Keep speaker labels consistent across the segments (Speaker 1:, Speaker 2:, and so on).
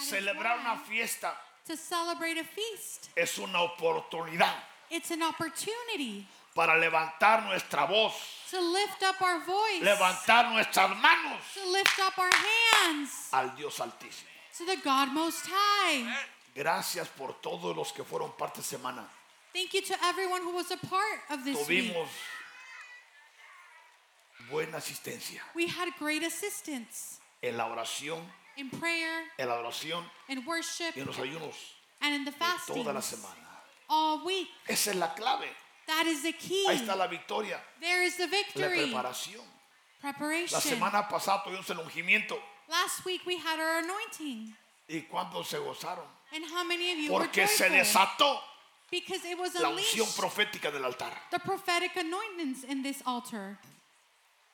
Speaker 1: celebrar una fiesta
Speaker 2: to celebrate a feast.
Speaker 1: es una oportunidad
Speaker 2: It's an opportunity
Speaker 1: para levantar nuestra voz,
Speaker 2: to lift up our voice,
Speaker 1: levantar nuestras manos
Speaker 2: to lift up our hands
Speaker 1: al Dios Altísimo.
Speaker 2: to the God Most High.
Speaker 1: Gracias por todos los que fueron parte de semana.
Speaker 2: Thank you to everyone who was a part of this week.
Speaker 1: Tuvimos buena asistencia
Speaker 2: We had great assistance
Speaker 1: en la oración,
Speaker 2: in prayer,
Speaker 1: en la oración
Speaker 2: in worship,
Speaker 1: y en los ayunos
Speaker 2: and in the
Speaker 1: de
Speaker 2: fasting
Speaker 1: toda la semana.
Speaker 2: all week.
Speaker 1: Esa es la clave.
Speaker 2: That is the key.
Speaker 1: Ahí está la victoria,
Speaker 2: There is the
Speaker 1: la
Speaker 2: victory.
Speaker 1: preparación. La
Speaker 2: Preparation.
Speaker 1: semana pasada tuvimos el ungimiento.
Speaker 2: Last week we had our anointing.
Speaker 1: ¿Y cuántos se gozaron?
Speaker 2: And how many of you were
Speaker 1: Porque se
Speaker 2: joyful?
Speaker 1: desató
Speaker 2: Because it was
Speaker 1: la unción
Speaker 2: unleashed
Speaker 1: profética del altar.
Speaker 2: the prophetic anointings in this altar.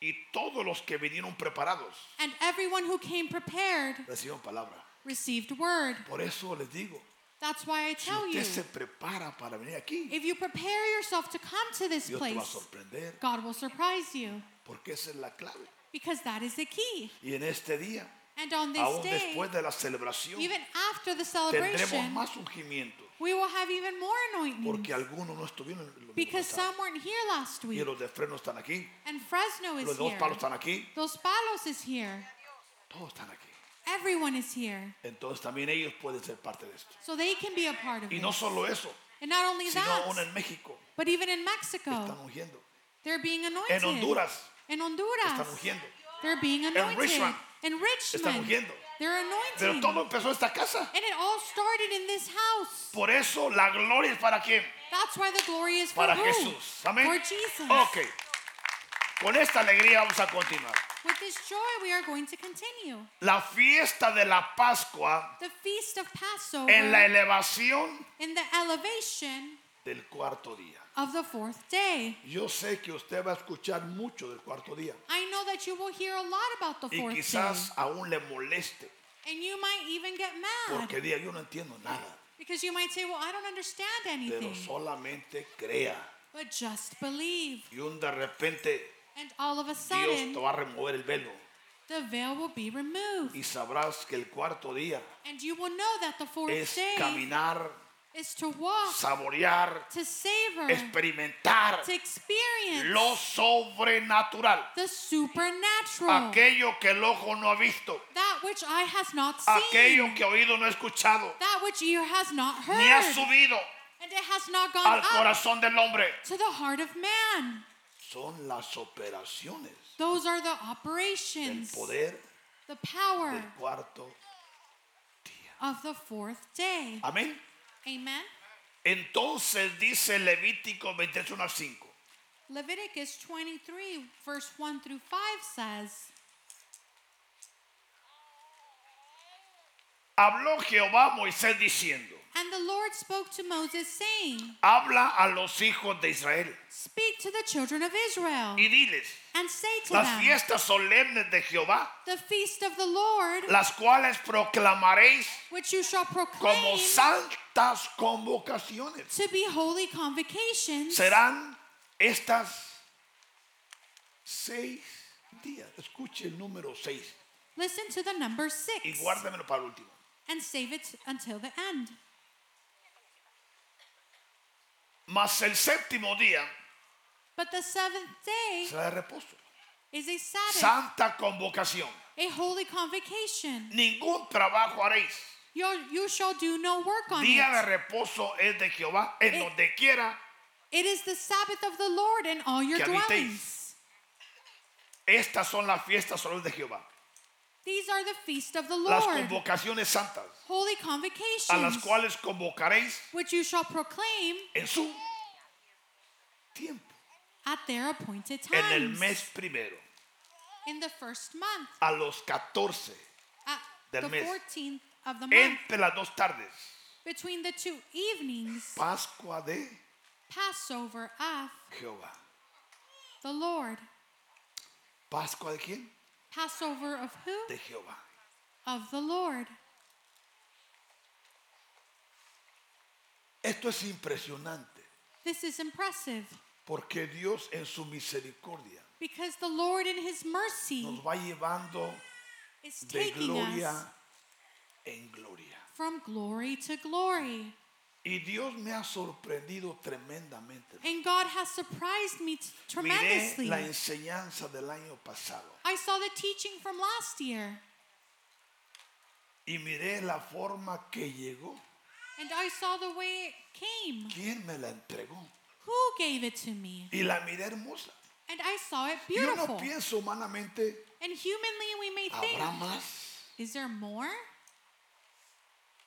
Speaker 1: Y todos los que vinieron preparados
Speaker 2: And everyone who came prepared
Speaker 1: recibieron palabra.
Speaker 2: received word.
Speaker 1: Por eso les digo,
Speaker 2: That's why I
Speaker 1: si
Speaker 2: tell you,
Speaker 1: usted se prepara para venir aquí,
Speaker 2: if you prepare yourself to come to this
Speaker 1: Dios te va a
Speaker 2: place,
Speaker 1: sorprender,
Speaker 2: God will surprise you
Speaker 1: porque esa es la clave.
Speaker 2: because that is the key.
Speaker 1: Y en este día,
Speaker 2: And on this
Speaker 1: aún
Speaker 2: day,
Speaker 1: después de la celebración,
Speaker 2: even after the
Speaker 1: tendremos
Speaker 2: celebration,
Speaker 1: más ungimientos,
Speaker 2: we will have even more anointings
Speaker 1: porque algunos no estuvieron en los
Speaker 2: because
Speaker 1: mismos altares.
Speaker 2: some weren't here last
Speaker 1: Y
Speaker 2: week.
Speaker 1: los de freno están aquí,
Speaker 2: And Fresno
Speaker 1: los
Speaker 2: is
Speaker 1: de dos
Speaker 2: here.
Speaker 1: palos están aquí,
Speaker 2: Los Palos is here.
Speaker 1: todos están aquí.
Speaker 2: Everyone is here.
Speaker 1: Entonces también ellos pueden ser parte de esto.
Speaker 2: So they can be a part of
Speaker 1: Y
Speaker 2: it.
Speaker 1: no solo eso,
Speaker 2: And not only
Speaker 1: sino
Speaker 2: that,
Speaker 1: aún en México
Speaker 2: but even in Mexico,
Speaker 1: están ungiendo.
Speaker 2: they're being anointed.
Speaker 1: En Honduras
Speaker 2: In
Speaker 1: están
Speaker 2: Honduras,
Speaker 1: ungiendo.
Speaker 2: they're being anointed.
Speaker 1: Richmond,
Speaker 2: in
Speaker 1: Están
Speaker 2: Richmond,
Speaker 1: ungiendo.
Speaker 2: they're
Speaker 1: Pero
Speaker 2: anointing.
Speaker 1: todo empezó en esta casa.
Speaker 2: and it all started in this house.
Speaker 1: Por eso la gloria es para quién?
Speaker 2: That's why the glory is for
Speaker 1: Para
Speaker 2: who?
Speaker 1: Jesús. Amén.
Speaker 2: For Jesus.
Speaker 1: Ok. Con esta alegría vamos a continuar.
Speaker 2: With this joy, we are going to continue.
Speaker 1: La fiesta de la Pascua
Speaker 2: The feast of Passover
Speaker 1: en la elevación
Speaker 2: in the elevation
Speaker 1: del cuarto día.
Speaker 2: of the fourth day.
Speaker 1: Yo sé que usted va a escuchar mucho del cuarto día
Speaker 2: I know that you will hear a lot about the
Speaker 1: y
Speaker 2: fourth
Speaker 1: quizás aún le moleste
Speaker 2: day. And you might even get mad.
Speaker 1: porque diga yo no entiendo nada,
Speaker 2: Because you might say, well, I don't understand anything.
Speaker 1: pero solamente crea
Speaker 2: But just believe.
Speaker 1: y un de repente
Speaker 2: And all of a
Speaker 1: Dios
Speaker 2: sudden,
Speaker 1: te va a remover el velo
Speaker 2: the veil will be removed.
Speaker 1: y sabrás que el cuarto día
Speaker 2: And you will know that the fourth
Speaker 1: es
Speaker 2: day
Speaker 1: caminar,
Speaker 2: is to walk,
Speaker 1: saborear,
Speaker 2: to savor,
Speaker 1: experimentar
Speaker 2: to experience
Speaker 1: lo sobrenatural,
Speaker 2: the supernatural.
Speaker 1: aquello que el ojo no ha visto,
Speaker 2: that which eye has not seen.
Speaker 1: aquello que oído no ha escuchado,
Speaker 2: that which ear has not heard.
Speaker 1: ni ha subido
Speaker 2: and it has not gone
Speaker 1: al
Speaker 2: up
Speaker 1: corazón del hombre.
Speaker 2: to the heart of man.
Speaker 1: Son las operaciones
Speaker 2: Those are the
Speaker 1: del
Speaker 2: operations,
Speaker 1: poder
Speaker 2: the power
Speaker 1: del cuarto.
Speaker 2: of the fourth day.
Speaker 1: Amén.
Speaker 2: Amen.
Speaker 1: Entonces dice Levítico 21 al 5.
Speaker 2: Leviticus 23, verse 1 through 5 says,
Speaker 1: Habló Jehová a Moisés diciendo,
Speaker 2: And the Lord spoke to Moses, saying,
Speaker 1: habla a los hijos de Israel
Speaker 2: Speak to the children of Israel,
Speaker 1: y diles,
Speaker 2: and say to
Speaker 1: las
Speaker 2: them,
Speaker 1: fiestas solemnes de Jehová,
Speaker 2: The feast of the Lord,
Speaker 1: las cuales proclamaréis
Speaker 2: which you shall
Speaker 1: como
Speaker 2: proclaim
Speaker 1: santas convocaciones.
Speaker 2: to be holy convocations,
Speaker 1: Serán estas seis días. Escuche el número seis
Speaker 2: listen to the number six,
Speaker 1: y guárdamelo para el último.
Speaker 2: and save it until the end.
Speaker 1: Mas el séptimo día
Speaker 2: But the seventh day
Speaker 1: será de reposo.
Speaker 2: is a Sabbath,
Speaker 1: Santa convocación.
Speaker 2: a holy convocation.
Speaker 1: Ningún trabajo haréis.
Speaker 2: Your, you shall do no work on
Speaker 1: Día de
Speaker 2: it.
Speaker 1: reposo es de Jehová en
Speaker 2: Eh.
Speaker 1: donde quiera.
Speaker 2: It is the Sabbath of the Lord in all your
Speaker 1: Que habitéis.
Speaker 2: dwellings.
Speaker 1: Estas son las fiestas solemnes de Jehová.
Speaker 2: These are the feast of the
Speaker 1: Las
Speaker 2: Lord,
Speaker 1: convocaciones santas
Speaker 2: holy
Speaker 1: a las
Speaker 2: convocations,
Speaker 1: cuales convocaréis
Speaker 2: which you shall proclaim
Speaker 1: en su tiempo.
Speaker 2: at their appointed
Speaker 1: En el
Speaker 2: times,
Speaker 1: mes primero,
Speaker 2: in the first month,
Speaker 1: a los 14,
Speaker 2: at
Speaker 1: Del
Speaker 2: the
Speaker 1: mes.
Speaker 2: 14th of the month,
Speaker 1: entre las dos tardes.
Speaker 2: between the two evenings,
Speaker 1: Pascua de
Speaker 2: Passover of
Speaker 1: Jehová.
Speaker 2: the Lord.
Speaker 1: ¿Pascua de quién?
Speaker 2: Passover of who?
Speaker 1: De Jehová.
Speaker 2: Of the Lord.
Speaker 1: Esto es impresionante
Speaker 2: This is impressive
Speaker 1: porque Dios en su misericordia
Speaker 2: because the Lord, in His mercy,
Speaker 1: nos va llevando
Speaker 2: is
Speaker 1: de
Speaker 2: taking us
Speaker 1: gloria en gloria.
Speaker 2: from glory to glory.
Speaker 1: Y Dios me ha sorprendido tremendamente.
Speaker 2: And God has surprised me t-
Speaker 1: Miré
Speaker 2: tremendously.
Speaker 1: la enseñanza del año pasado
Speaker 2: I saw the teaching from last year,
Speaker 1: y miré la forma que llegó.
Speaker 2: and I saw the way it came.
Speaker 1: ¿Quién me la entregó?
Speaker 2: Who gave it to me?
Speaker 1: Y la miré hermosa.
Speaker 2: And I saw it
Speaker 1: Yo
Speaker 2: beautiful.
Speaker 1: no pienso humanamente,
Speaker 2: and humanly, we may think,
Speaker 1: habrá más.
Speaker 2: is there more?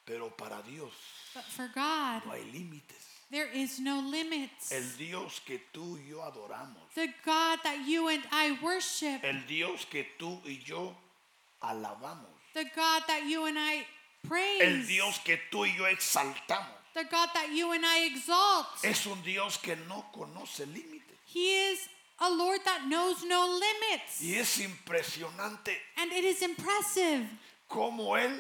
Speaker 1: Pero para Dios
Speaker 2: But for God,
Speaker 1: no hay límites.
Speaker 2: there is no limits.
Speaker 1: El Dios que tú y yo adoramos.
Speaker 2: the God that you and I worship,
Speaker 1: El Dios que tú y yo alabamos.
Speaker 2: the God that you and I praise,
Speaker 1: El Dios que tú y yo exaltamos.
Speaker 2: the God that you and I exalt.
Speaker 1: Es un Dios que no conoce límites.
Speaker 2: he is a Lord that knows no limits.
Speaker 1: Y es impresionante
Speaker 2: And it is impressive
Speaker 1: cómo Él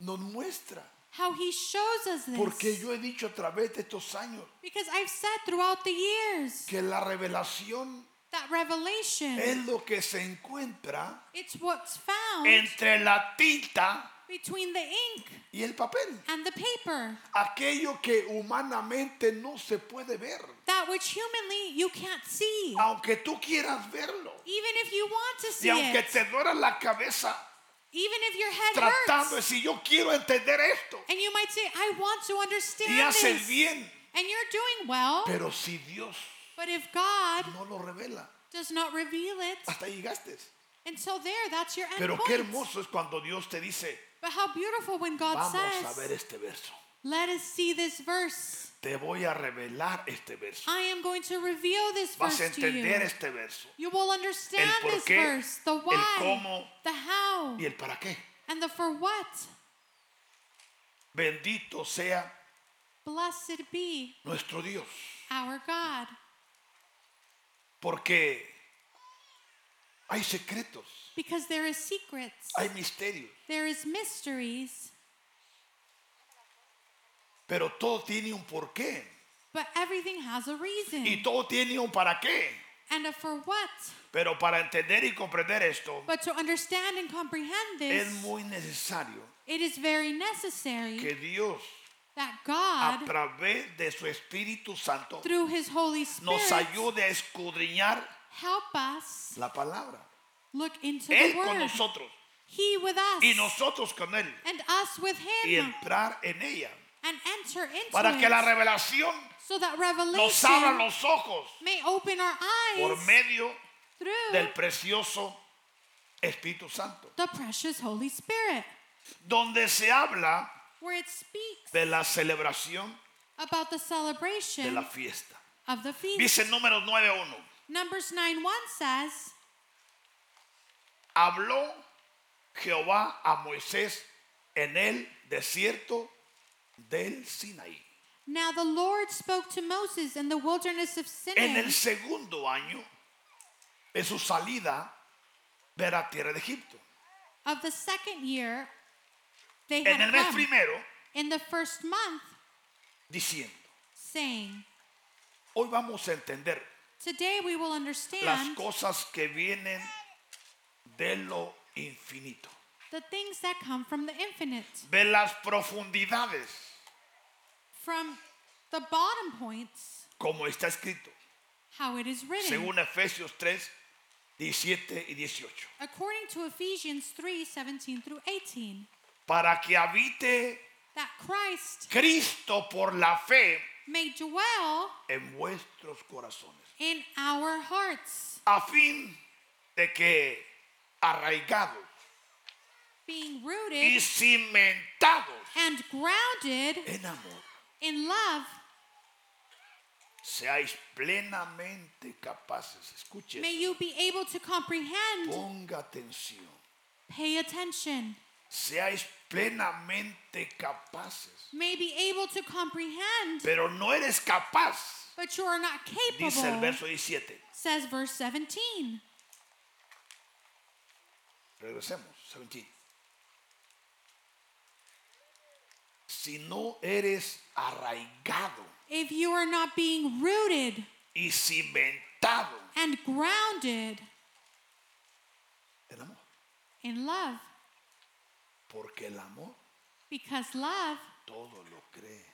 Speaker 1: nos muestra.
Speaker 2: how he shows us this.
Speaker 1: Porque yo he dicho a través de estos años
Speaker 2: because I've said throughout the years
Speaker 1: que la revelación
Speaker 2: that revelation,
Speaker 1: es lo que se encuentra
Speaker 2: it's what's found
Speaker 1: entre la tinta
Speaker 2: between the ink
Speaker 1: y el papel.
Speaker 2: and the paper.
Speaker 1: Aquello que humanamente no se puede ver,
Speaker 2: That which humanly you can't see.
Speaker 1: aunque tú quieras verlo.
Speaker 2: Even if you want to see
Speaker 1: Y aunque
Speaker 2: it.
Speaker 1: te duela la cabeza
Speaker 2: Even if your head
Speaker 1: tratando de
Speaker 2: hurts.
Speaker 1: si yo quiero entender esto
Speaker 2: And you might say, I want to
Speaker 1: y
Speaker 2: understand
Speaker 1: haces
Speaker 2: this.
Speaker 1: bien,
Speaker 2: And you're doing well.
Speaker 1: pero si Dios
Speaker 2: But if God
Speaker 1: no lo revela,
Speaker 2: does not reveal it,
Speaker 1: hasta ahí llegaste.
Speaker 2: and so there, that's your end
Speaker 1: Pero qué
Speaker 2: point.
Speaker 1: hermoso es cuando Dios te dice,
Speaker 2: But how beautiful when God
Speaker 1: vamos a
Speaker 2: says,
Speaker 1: ver este verso,
Speaker 2: Let us see this verse.
Speaker 1: te voy a revelar este verso,
Speaker 2: I am going to reveal this
Speaker 1: vas a
Speaker 2: verse to you.
Speaker 1: entender este verso
Speaker 2: You will understand
Speaker 1: por
Speaker 2: this
Speaker 1: qué,
Speaker 2: verse, the
Speaker 1: el
Speaker 2: why,
Speaker 1: cómo,
Speaker 2: the how,
Speaker 1: y el para qué.
Speaker 2: and the for what.
Speaker 1: Bendito sea
Speaker 2: Blessed be
Speaker 1: nuestro Dios,
Speaker 2: our God.
Speaker 1: porque hay secretos,
Speaker 2: Because there is secrets,
Speaker 1: hay misterios,
Speaker 2: there is mysteries,
Speaker 1: pero todo tiene un porqué
Speaker 2: but everything has a reason.
Speaker 1: y todo tiene un para qué.
Speaker 2: and a for what.
Speaker 1: Pero para entender y comprender esto,
Speaker 2: But to understand and comprehend this,
Speaker 1: es muy necesario
Speaker 2: it is very necessary
Speaker 1: que Dios,
Speaker 2: that
Speaker 1: a
Speaker 2: God,
Speaker 1: través de su Espíritu Santo,
Speaker 2: through His Holy Spirit,
Speaker 1: nos ayude a escudriñar
Speaker 2: help us
Speaker 1: la palabra.
Speaker 2: look into
Speaker 1: Él
Speaker 2: the
Speaker 1: con
Speaker 2: Word.
Speaker 1: nosotros
Speaker 2: He with us,
Speaker 1: y nosotros con Él
Speaker 2: and us with Him,
Speaker 1: y entrar en ella
Speaker 2: and enter into
Speaker 1: para que
Speaker 2: it,
Speaker 1: la revelación
Speaker 2: so that
Speaker 1: nos
Speaker 2: revelation
Speaker 1: abra los ojos
Speaker 2: may open our
Speaker 1: por
Speaker 2: eyes
Speaker 1: medio
Speaker 2: through
Speaker 1: del precioso Espíritu Santo,
Speaker 2: the precious Holy Spirit,
Speaker 1: donde se habla
Speaker 2: where it speaks
Speaker 1: de la celebración
Speaker 2: about the
Speaker 1: de
Speaker 2: celebration
Speaker 1: la fiesta.
Speaker 2: of the feast.
Speaker 1: Dice número 9.1.
Speaker 2: Numbers 9 1 says,
Speaker 1: habló Jehová a Moisés en el desierto del Sinaí.
Speaker 2: Now the Lord spoke to Moses in the wilderness of
Speaker 1: En
Speaker 2: Sinai
Speaker 1: el segundo año de su salida de la tierra de Egipto.
Speaker 2: of the second year they
Speaker 1: En el
Speaker 2: had
Speaker 1: mes
Speaker 2: come,
Speaker 1: primero,
Speaker 2: in the first month,
Speaker 1: diciendo,
Speaker 2: saying,
Speaker 1: hoy vamos a entender
Speaker 2: Today we will
Speaker 1: las
Speaker 2: understand
Speaker 1: cosas que vienen de lo infinito,
Speaker 2: the things that come from the infinite,
Speaker 1: de las profundidades,
Speaker 2: from the bottom points,
Speaker 1: como está escrito,
Speaker 2: how it is written.
Speaker 1: según Efesios 3, 17 y 18.
Speaker 2: According to Ephesians 3 17 through 18,
Speaker 1: Para que habite
Speaker 2: that Christ
Speaker 1: Cristo por la fe
Speaker 2: may dwell
Speaker 1: en vuestros corazones,
Speaker 2: in our hearts,
Speaker 1: a fin de que arraigados
Speaker 2: being
Speaker 1: y
Speaker 2: rooted
Speaker 1: cimentados
Speaker 2: and grounded
Speaker 1: en amor,
Speaker 2: in love.
Speaker 1: seáis plenamente capaces. Escuche,
Speaker 2: May
Speaker 1: esto,
Speaker 2: you be able to comprehend.
Speaker 1: ponga atención.
Speaker 2: Pay attention.
Speaker 1: Seáis plenamente capaces.
Speaker 2: May be able to comprehend,
Speaker 1: Pero no eres capaz,
Speaker 2: but you are not
Speaker 1: dice el
Speaker 2: capable,
Speaker 1: verso 17.
Speaker 2: says verse 17.
Speaker 1: Regresemos, 17. Si no eres arraigado
Speaker 2: If you are not being rooted
Speaker 1: y cimentado
Speaker 2: and grounded
Speaker 1: en amor.
Speaker 2: in love,
Speaker 1: Porque el amor
Speaker 2: Because love
Speaker 1: todo lo cree,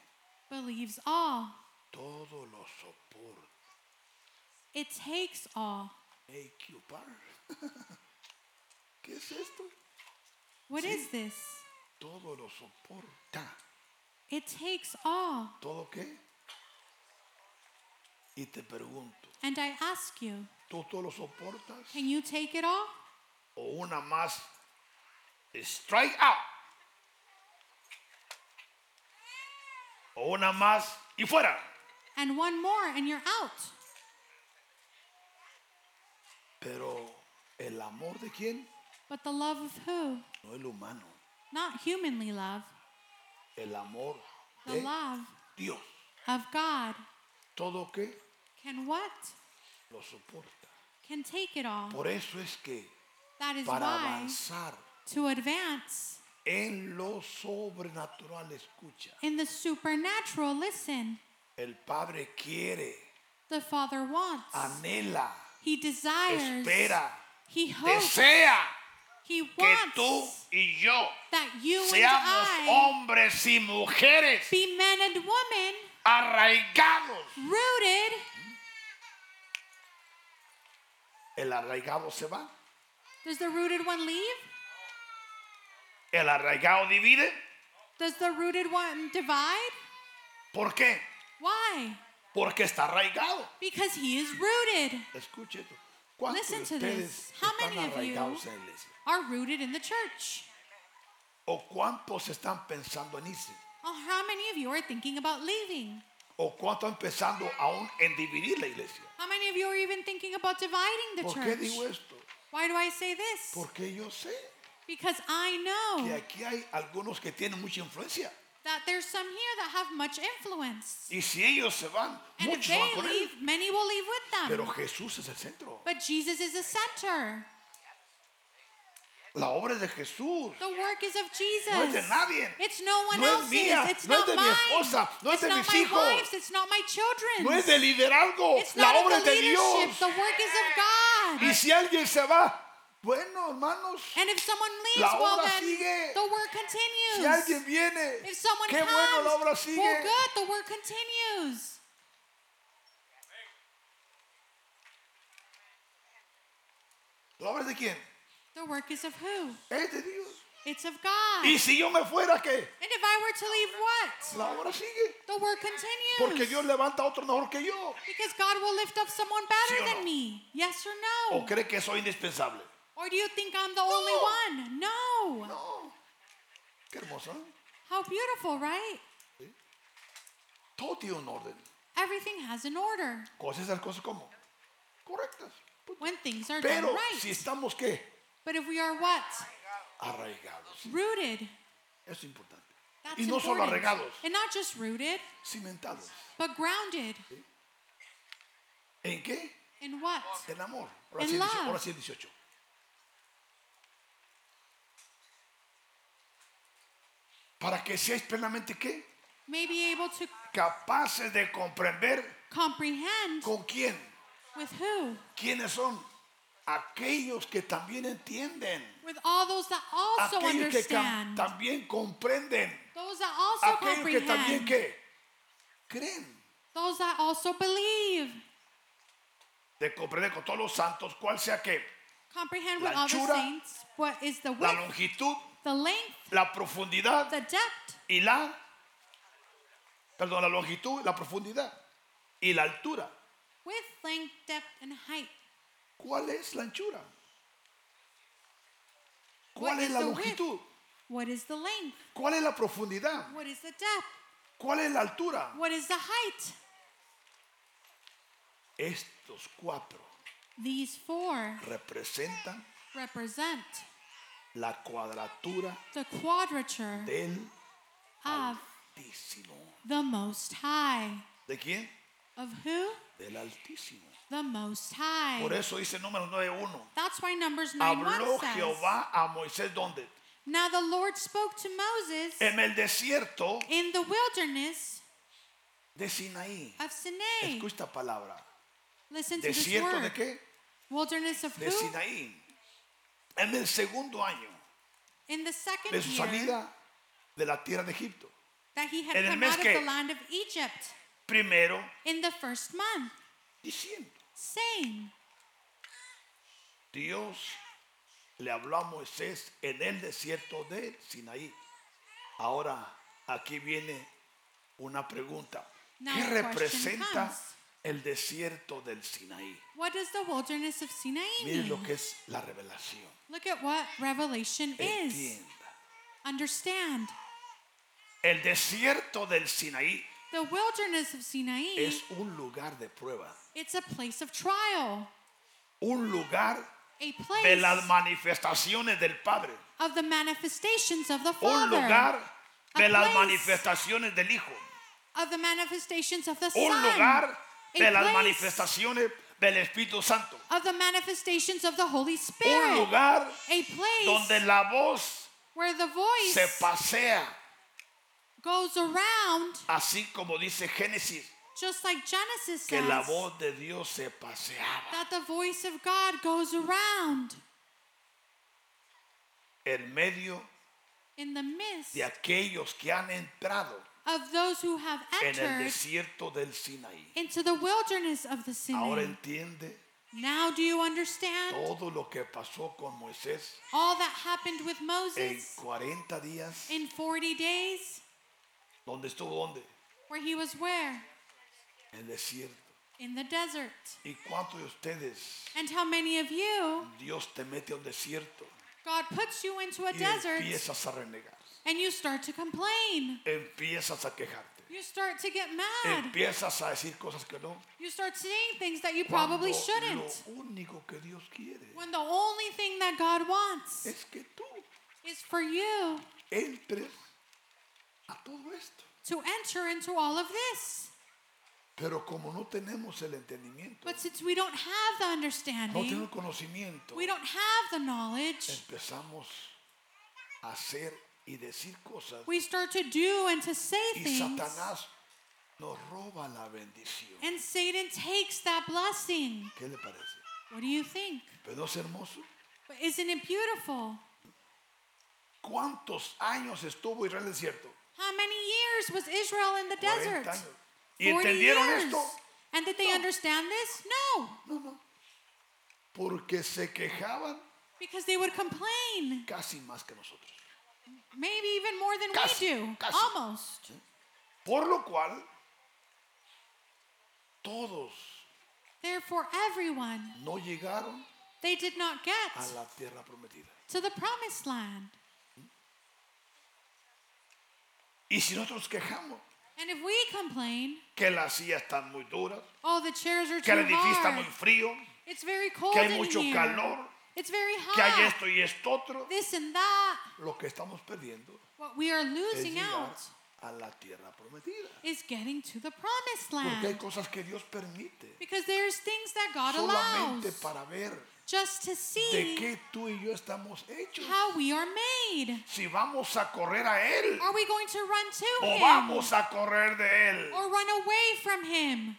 Speaker 2: believes all,
Speaker 1: todo lo soporta.
Speaker 2: it takes all.
Speaker 1: Hey, Cupar. ¿Qué es esto?
Speaker 2: What
Speaker 1: Sí.
Speaker 2: is this?
Speaker 1: Todo lo soporta.
Speaker 2: It takes all.
Speaker 1: ¿Todo qué? Y te pregunto,
Speaker 2: And I ask you,
Speaker 1: ¿tú todo lo soportas?
Speaker 2: can you take it all?
Speaker 1: O una más. Strike out. O una más y fuera.
Speaker 2: And one more, and you're out.
Speaker 1: Pero el amor de quién?
Speaker 2: But the love of who?
Speaker 1: No el humano.
Speaker 2: Not humanly love,
Speaker 1: El amor
Speaker 2: the
Speaker 1: de
Speaker 2: love
Speaker 1: Dios.
Speaker 2: of God
Speaker 1: Todo que
Speaker 2: can what?
Speaker 1: lo soporta.
Speaker 2: Can take it all.
Speaker 1: Por eso es que
Speaker 2: That is
Speaker 1: para
Speaker 2: why,
Speaker 1: avanzar
Speaker 2: to advance
Speaker 1: en lo sobrenatural, escucha,
Speaker 2: in the supernatural, listen,
Speaker 1: el Padre quiere,
Speaker 2: the Father wants,
Speaker 1: anhela,
Speaker 2: He desires,
Speaker 1: espera,
Speaker 2: He hopes,
Speaker 1: desea
Speaker 2: He
Speaker 1: que tú
Speaker 2: wants
Speaker 1: y yo
Speaker 2: that you and
Speaker 1: seamos
Speaker 2: I
Speaker 1: hombres y mujeres
Speaker 2: be men and women
Speaker 1: arraigados.
Speaker 2: rooted.
Speaker 1: El arraigado se va,
Speaker 2: Does the rooted one leave?
Speaker 1: el arraigado divide.
Speaker 2: Does the rooted one divide?
Speaker 1: ¿Por qué?
Speaker 2: Why?
Speaker 1: Porque está arraigado.
Speaker 2: Because he is rooted,
Speaker 1: Escuche esto. ¿Cuántos de
Speaker 2: Listen to
Speaker 1: ustedes
Speaker 2: this. How
Speaker 1: están
Speaker 2: many of you-
Speaker 1: arraigados en la iglesia?
Speaker 2: are rooted in the church.
Speaker 1: ¿O cuántos están pensando en irse?
Speaker 2: Well, Oh, how many of you are thinking about leaving?
Speaker 1: ¿O cuántos están pensando aún en dividir la iglesia?
Speaker 2: How many of you are even thinking about dividing the
Speaker 1: ¿Por qué digo
Speaker 2: church?
Speaker 1: esto?
Speaker 2: Why do I say this?
Speaker 1: Porque yo sé
Speaker 2: because I know
Speaker 1: que aquí hay algunos que tienen mucha influencia.
Speaker 2: that there's some here that have much influence.
Speaker 1: Y si ellos se van,
Speaker 2: And if
Speaker 1: muchos van
Speaker 2: they
Speaker 1: con
Speaker 2: leave,
Speaker 1: él.
Speaker 2: many will leave with them.
Speaker 1: Pero Jesús es el centro.
Speaker 2: but Jesus is the center.
Speaker 1: La obra es de Jesús.
Speaker 2: The work is of Jesus.
Speaker 1: No es de nadie.
Speaker 2: It's no one
Speaker 1: No es
Speaker 2: else's.
Speaker 1: mía.
Speaker 2: It's
Speaker 1: No es
Speaker 2: not
Speaker 1: de mi
Speaker 2: mine.
Speaker 1: esposa. No es
Speaker 2: it's
Speaker 1: de
Speaker 2: not
Speaker 1: mis
Speaker 2: my
Speaker 1: hijos.
Speaker 2: wife's. It's not my children's.
Speaker 1: No es de liderazgo.
Speaker 2: It's
Speaker 1: La
Speaker 2: not
Speaker 1: obra
Speaker 2: of
Speaker 1: es
Speaker 2: the
Speaker 1: de
Speaker 2: leadership.
Speaker 1: Dios.
Speaker 2: The work is of God.
Speaker 1: Y si alguien se va, bueno, hermanos,
Speaker 2: and if someone leaves,
Speaker 1: La
Speaker 2: well
Speaker 1: obra
Speaker 2: then
Speaker 1: sigue.
Speaker 2: the work
Speaker 1: si
Speaker 2: continues.
Speaker 1: alguien viene,
Speaker 2: if someone
Speaker 1: qué
Speaker 2: comes,
Speaker 1: bueno la obra
Speaker 2: well
Speaker 1: sigue.
Speaker 2: good, the work continues.
Speaker 1: ¿La obra es de quién?
Speaker 2: The work is of who?
Speaker 1: Es de Dios.
Speaker 2: It's of God.
Speaker 1: Y si yo me fuera, ¿qué?
Speaker 2: and if I were to leave, what?
Speaker 1: La obra sigue.
Speaker 2: The work continues.
Speaker 1: Porque Dios levanta a otro mejor que yo.
Speaker 2: because God will lift up someone better
Speaker 1: ¿Sí o no?
Speaker 2: than me. Yes or no?
Speaker 1: ¿O cree que soy indispensable?
Speaker 2: Or do you think I'm the only
Speaker 1: No.
Speaker 2: one? No.
Speaker 1: No. Qué hermoso. ¿eh?
Speaker 2: How beautiful, right?
Speaker 1: Todo tiene un orden.
Speaker 2: Everything has an order
Speaker 1: Cosas las cosas como correctas.
Speaker 2: when things are
Speaker 1: Pero
Speaker 2: done right.
Speaker 1: si estamos qué?
Speaker 2: But if we are what?
Speaker 1: Arraigados. Eso
Speaker 2: Rooted.
Speaker 1: es importante.
Speaker 2: That's
Speaker 1: Y no solo
Speaker 2: important.
Speaker 1: arraigados,
Speaker 2: And not just rooted,
Speaker 1: cimentados.
Speaker 2: but grounded.
Speaker 1: ¿En qué?
Speaker 2: In what?
Speaker 1: En amor. Ahora
Speaker 2: En
Speaker 1: sí,
Speaker 2: love.
Speaker 1: ahora sí, 18. Para que seáis plenamente qué?
Speaker 2: May be able to
Speaker 1: capaces de comprender
Speaker 2: comprehend
Speaker 1: con quién,
Speaker 2: with who?
Speaker 1: quiénes son aquellos que también entienden,
Speaker 2: With all those that also
Speaker 1: aquellos que cam-
Speaker 2: understand.
Speaker 1: también comprenden,
Speaker 2: Those that also
Speaker 1: aquellos
Speaker 2: comprehend.
Speaker 1: que también qué creen.
Speaker 2: Those that also believe.
Speaker 1: De comprender con todos los santos, cual sea que
Speaker 2: Comprehend
Speaker 1: La
Speaker 2: with all the
Speaker 1: anchura,
Speaker 2: saints. What is the
Speaker 1: la
Speaker 2: width,
Speaker 1: longitud,
Speaker 2: the length,
Speaker 1: la profundidad
Speaker 2: the depth,
Speaker 1: y la perdón, la longitud, la profundidad y la altura.
Speaker 2: width, length, depth, and height.
Speaker 1: ¿Cuál es la anchura?
Speaker 2: What
Speaker 1: ¿Cuál es
Speaker 2: is
Speaker 1: la
Speaker 2: the width?
Speaker 1: longitud?
Speaker 2: What is the length?
Speaker 1: ¿Cuál es la profundidad?
Speaker 2: What is the depth?
Speaker 1: ¿Cuál es la altura?
Speaker 2: What is the height?
Speaker 1: Estos cuatro
Speaker 2: These four
Speaker 1: representan
Speaker 2: represent
Speaker 1: la cuadratura
Speaker 2: the quadrature
Speaker 1: del
Speaker 2: of
Speaker 1: Altísimo.
Speaker 2: the Most High.
Speaker 1: ¿De quién?
Speaker 2: Of who?
Speaker 1: Del Altísimo.
Speaker 2: The Most
Speaker 1: Por
Speaker 2: High.
Speaker 1: eso dice número 9.1.
Speaker 2: That's why Numbers 9
Speaker 1: Habló
Speaker 2: 1 says.
Speaker 1: Jehová a Moisés donde?
Speaker 2: Now the Lord spoke to Moses
Speaker 1: En el desierto
Speaker 2: in the wilderness
Speaker 1: de Sinaí.
Speaker 2: of Sinai.
Speaker 1: Escucha esta palabra.
Speaker 2: Listen to this
Speaker 1: ¿Desierto de
Speaker 2: word.
Speaker 1: qué?
Speaker 2: Wilderness of
Speaker 1: De
Speaker 2: who?
Speaker 1: Sinaí. En el segundo año
Speaker 2: In the
Speaker 1: de
Speaker 2: second
Speaker 1: su
Speaker 2: year
Speaker 1: salida de la tierra de Egipto.
Speaker 2: that he had
Speaker 1: En el
Speaker 2: come
Speaker 1: mes
Speaker 2: out of
Speaker 1: que-
Speaker 2: the land of Egypt
Speaker 1: Primero,
Speaker 2: in the first month,
Speaker 1: diciendo,
Speaker 2: saying,
Speaker 1: Dios le habló a Moisés en el desierto de Sinaí. Ahora, aquí viene una pregunta.
Speaker 2: Now
Speaker 1: ¿Qué
Speaker 2: the question
Speaker 1: representa
Speaker 2: comes.
Speaker 1: el desierto del Sinaí?
Speaker 2: What does the wilderness of Sinai
Speaker 1: Miren
Speaker 2: mean?
Speaker 1: lo que es la revelación.
Speaker 2: Look at what Revelation is.
Speaker 1: Entienda.
Speaker 2: Understand.
Speaker 1: El desierto del Sinaí
Speaker 2: The wilderness of Sinai,
Speaker 1: es un lugar de prueba,
Speaker 2: it's a place of trial,
Speaker 1: un lugar
Speaker 2: a
Speaker 1: de
Speaker 2: place
Speaker 1: las manifestaciones del Padre,
Speaker 2: of the manifestations of the
Speaker 1: un
Speaker 2: Father,
Speaker 1: lugar de
Speaker 2: A
Speaker 1: las
Speaker 2: place.
Speaker 1: manifestaciones del Hijo,
Speaker 2: of the manifestations of the
Speaker 1: un
Speaker 2: Son,
Speaker 1: lugar
Speaker 2: a
Speaker 1: de las
Speaker 2: place.
Speaker 1: manifestaciones del Espíritu Santo,
Speaker 2: of the manifestations of the Holy
Speaker 1: un
Speaker 2: Spirit,
Speaker 1: lugar
Speaker 2: a place
Speaker 1: donde la voz
Speaker 2: where the
Speaker 1: se
Speaker 2: voice
Speaker 1: pasea,
Speaker 2: goes around,
Speaker 1: así como dice Génesis,
Speaker 2: just like Genesis
Speaker 1: que
Speaker 2: says,
Speaker 1: la voz de Dios se paseaba.
Speaker 2: that the voice of God goes around
Speaker 1: En medio
Speaker 2: in the midst
Speaker 1: de aquellos que han entrado
Speaker 2: of those who have
Speaker 1: en el
Speaker 2: entered
Speaker 1: desierto del Sinaí.
Speaker 2: into the wilderness of the
Speaker 1: Ahora
Speaker 2: Sinai.
Speaker 1: entiende
Speaker 2: Now do you understand
Speaker 1: todo lo que pasó con Moisés
Speaker 2: all that happened with
Speaker 1: en
Speaker 2: Moses
Speaker 1: 40 días.
Speaker 2: in 40 days?
Speaker 1: ¿Dónde estuvo? ¿Dónde?
Speaker 2: Where he was where?
Speaker 1: En el desierto.
Speaker 2: In the desert.
Speaker 1: ¿Y cuántos de ustedes
Speaker 2: And how many of you
Speaker 1: Dios te mete a un desierto
Speaker 2: God puts you into a
Speaker 1: y
Speaker 2: desert
Speaker 1: empiezas a renegar?
Speaker 2: and you start to complain.
Speaker 1: Empiezas a quejarte.
Speaker 2: You start to get mad.
Speaker 1: Empiezas a decir cosas que no.
Speaker 2: You start saying things that you
Speaker 1: cuando
Speaker 2: probably shouldn't.
Speaker 1: Lo único que Dios quiere
Speaker 2: When the only thing that God wants
Speaker 1: es que tú
Speaker 2: is for you
Speaker 1: entres a todo esto.
Speaker 2: to enter into all of this.
Speaker 1: Pero como no tenemos el entendimiento,
Speaker 2: But since we don't have the
Speaker 1: no tenemos
Speaker 2: understanding,
Speaker 1: el conocimiento,
Speaker 2: we don't have the knowledge,
Speaker 1: empezamos a hacer y decir cosas
Speaker 2: we start to do and to say
Speaker 1: y
Speaker 2: things.
Speaker 1: Satanás nos roba la bendición.
Speaker 2: And Satan takes that blessing.
Speaker 1: ¿Qué le parece?
Speaker 2: What do you think?
Speaker 1: ¿Pero no es hermoso?
Speaker 2: But isn't it beautiful?
Speaker 1: ¿Cuántos años estuvo Israel en el desierto?
Speaker 2: How many years was Israel in the
Speaker 1: 40
Speaker 2: desert?
Speaker 1: años. ¿Y entendieron esto?
Speaker 2: And did they
Speaker 1: No.
Speaker 2: understand this? No,
Speaker 1: No, no. Porque se quejaban
Speaker 2: because they would complain,
Speaker 1: casi más que nosotros.
Speaker 2: maybe even more than
Speaker 1: Casi,
Speaker 2: we do.
Speaker 1: casi.
Speaker 2: Almost.
Speaker 1: Por lo cual, todos
Speaker 2: Therefore, everyone,
Speaker 1: no llegaron
Speaker 2: they did not
Speaker 1: a
Speaker 2: get
Speaker 1: la tierra prometida.
Speaker 2: to the promised land.
Speaker 1: Y si nosotros quejamos
Speaker 2: And if we complain,
Speaker 1: que las sillas están muy duras,
Speaker 2: oh, the chairs are
Speaker 1: que el
Speaker 2: too
Speaker 1: edificio está muy
Speaker 2: hard.
Speaker 1: frío,
Speaker 2: It's very cold
Speaker 1: que hay
Speaker 2: in
Speaker 1: mucho
Speaker 2: here.
Speaker 1: calor,
Speaker 2: It's very
Speaker 1: que hay
Speaker 2: hot.
Speaker 1: esto y esto otro,
Speaker 2: This and that.
Speaker 1: lo que estamos perdiendo
Speaker 2: What we are
Speaker 1: es
Speaker 2: losing
Speaker 1: llegar
Speaker 2: out
Speaker 1: a la tierra prometida.
Speaker 2: is getting to the promised
Speaker 1: Porque hay
Speaker 2: land.
Speaker 1: cosas que Dios permite
Speaker 2: Because there's things that God
Speaker 1: solamente
Speaker 2: allows
Speaker 1: para ver
Speaker 2: just to
Speaker 1: de
Speaker 2: see
Speaker 1: qué tú y yo estamos hechos.
Speaker 2: how we are made.
Speaker 1: Si vamos a correr a Él
Speaker 2: Are we going to run to
Speaker 1: o
Speaker 2: Him
Speaker 1: vamos a correr de Él.
Speaker 2: or run away from Him?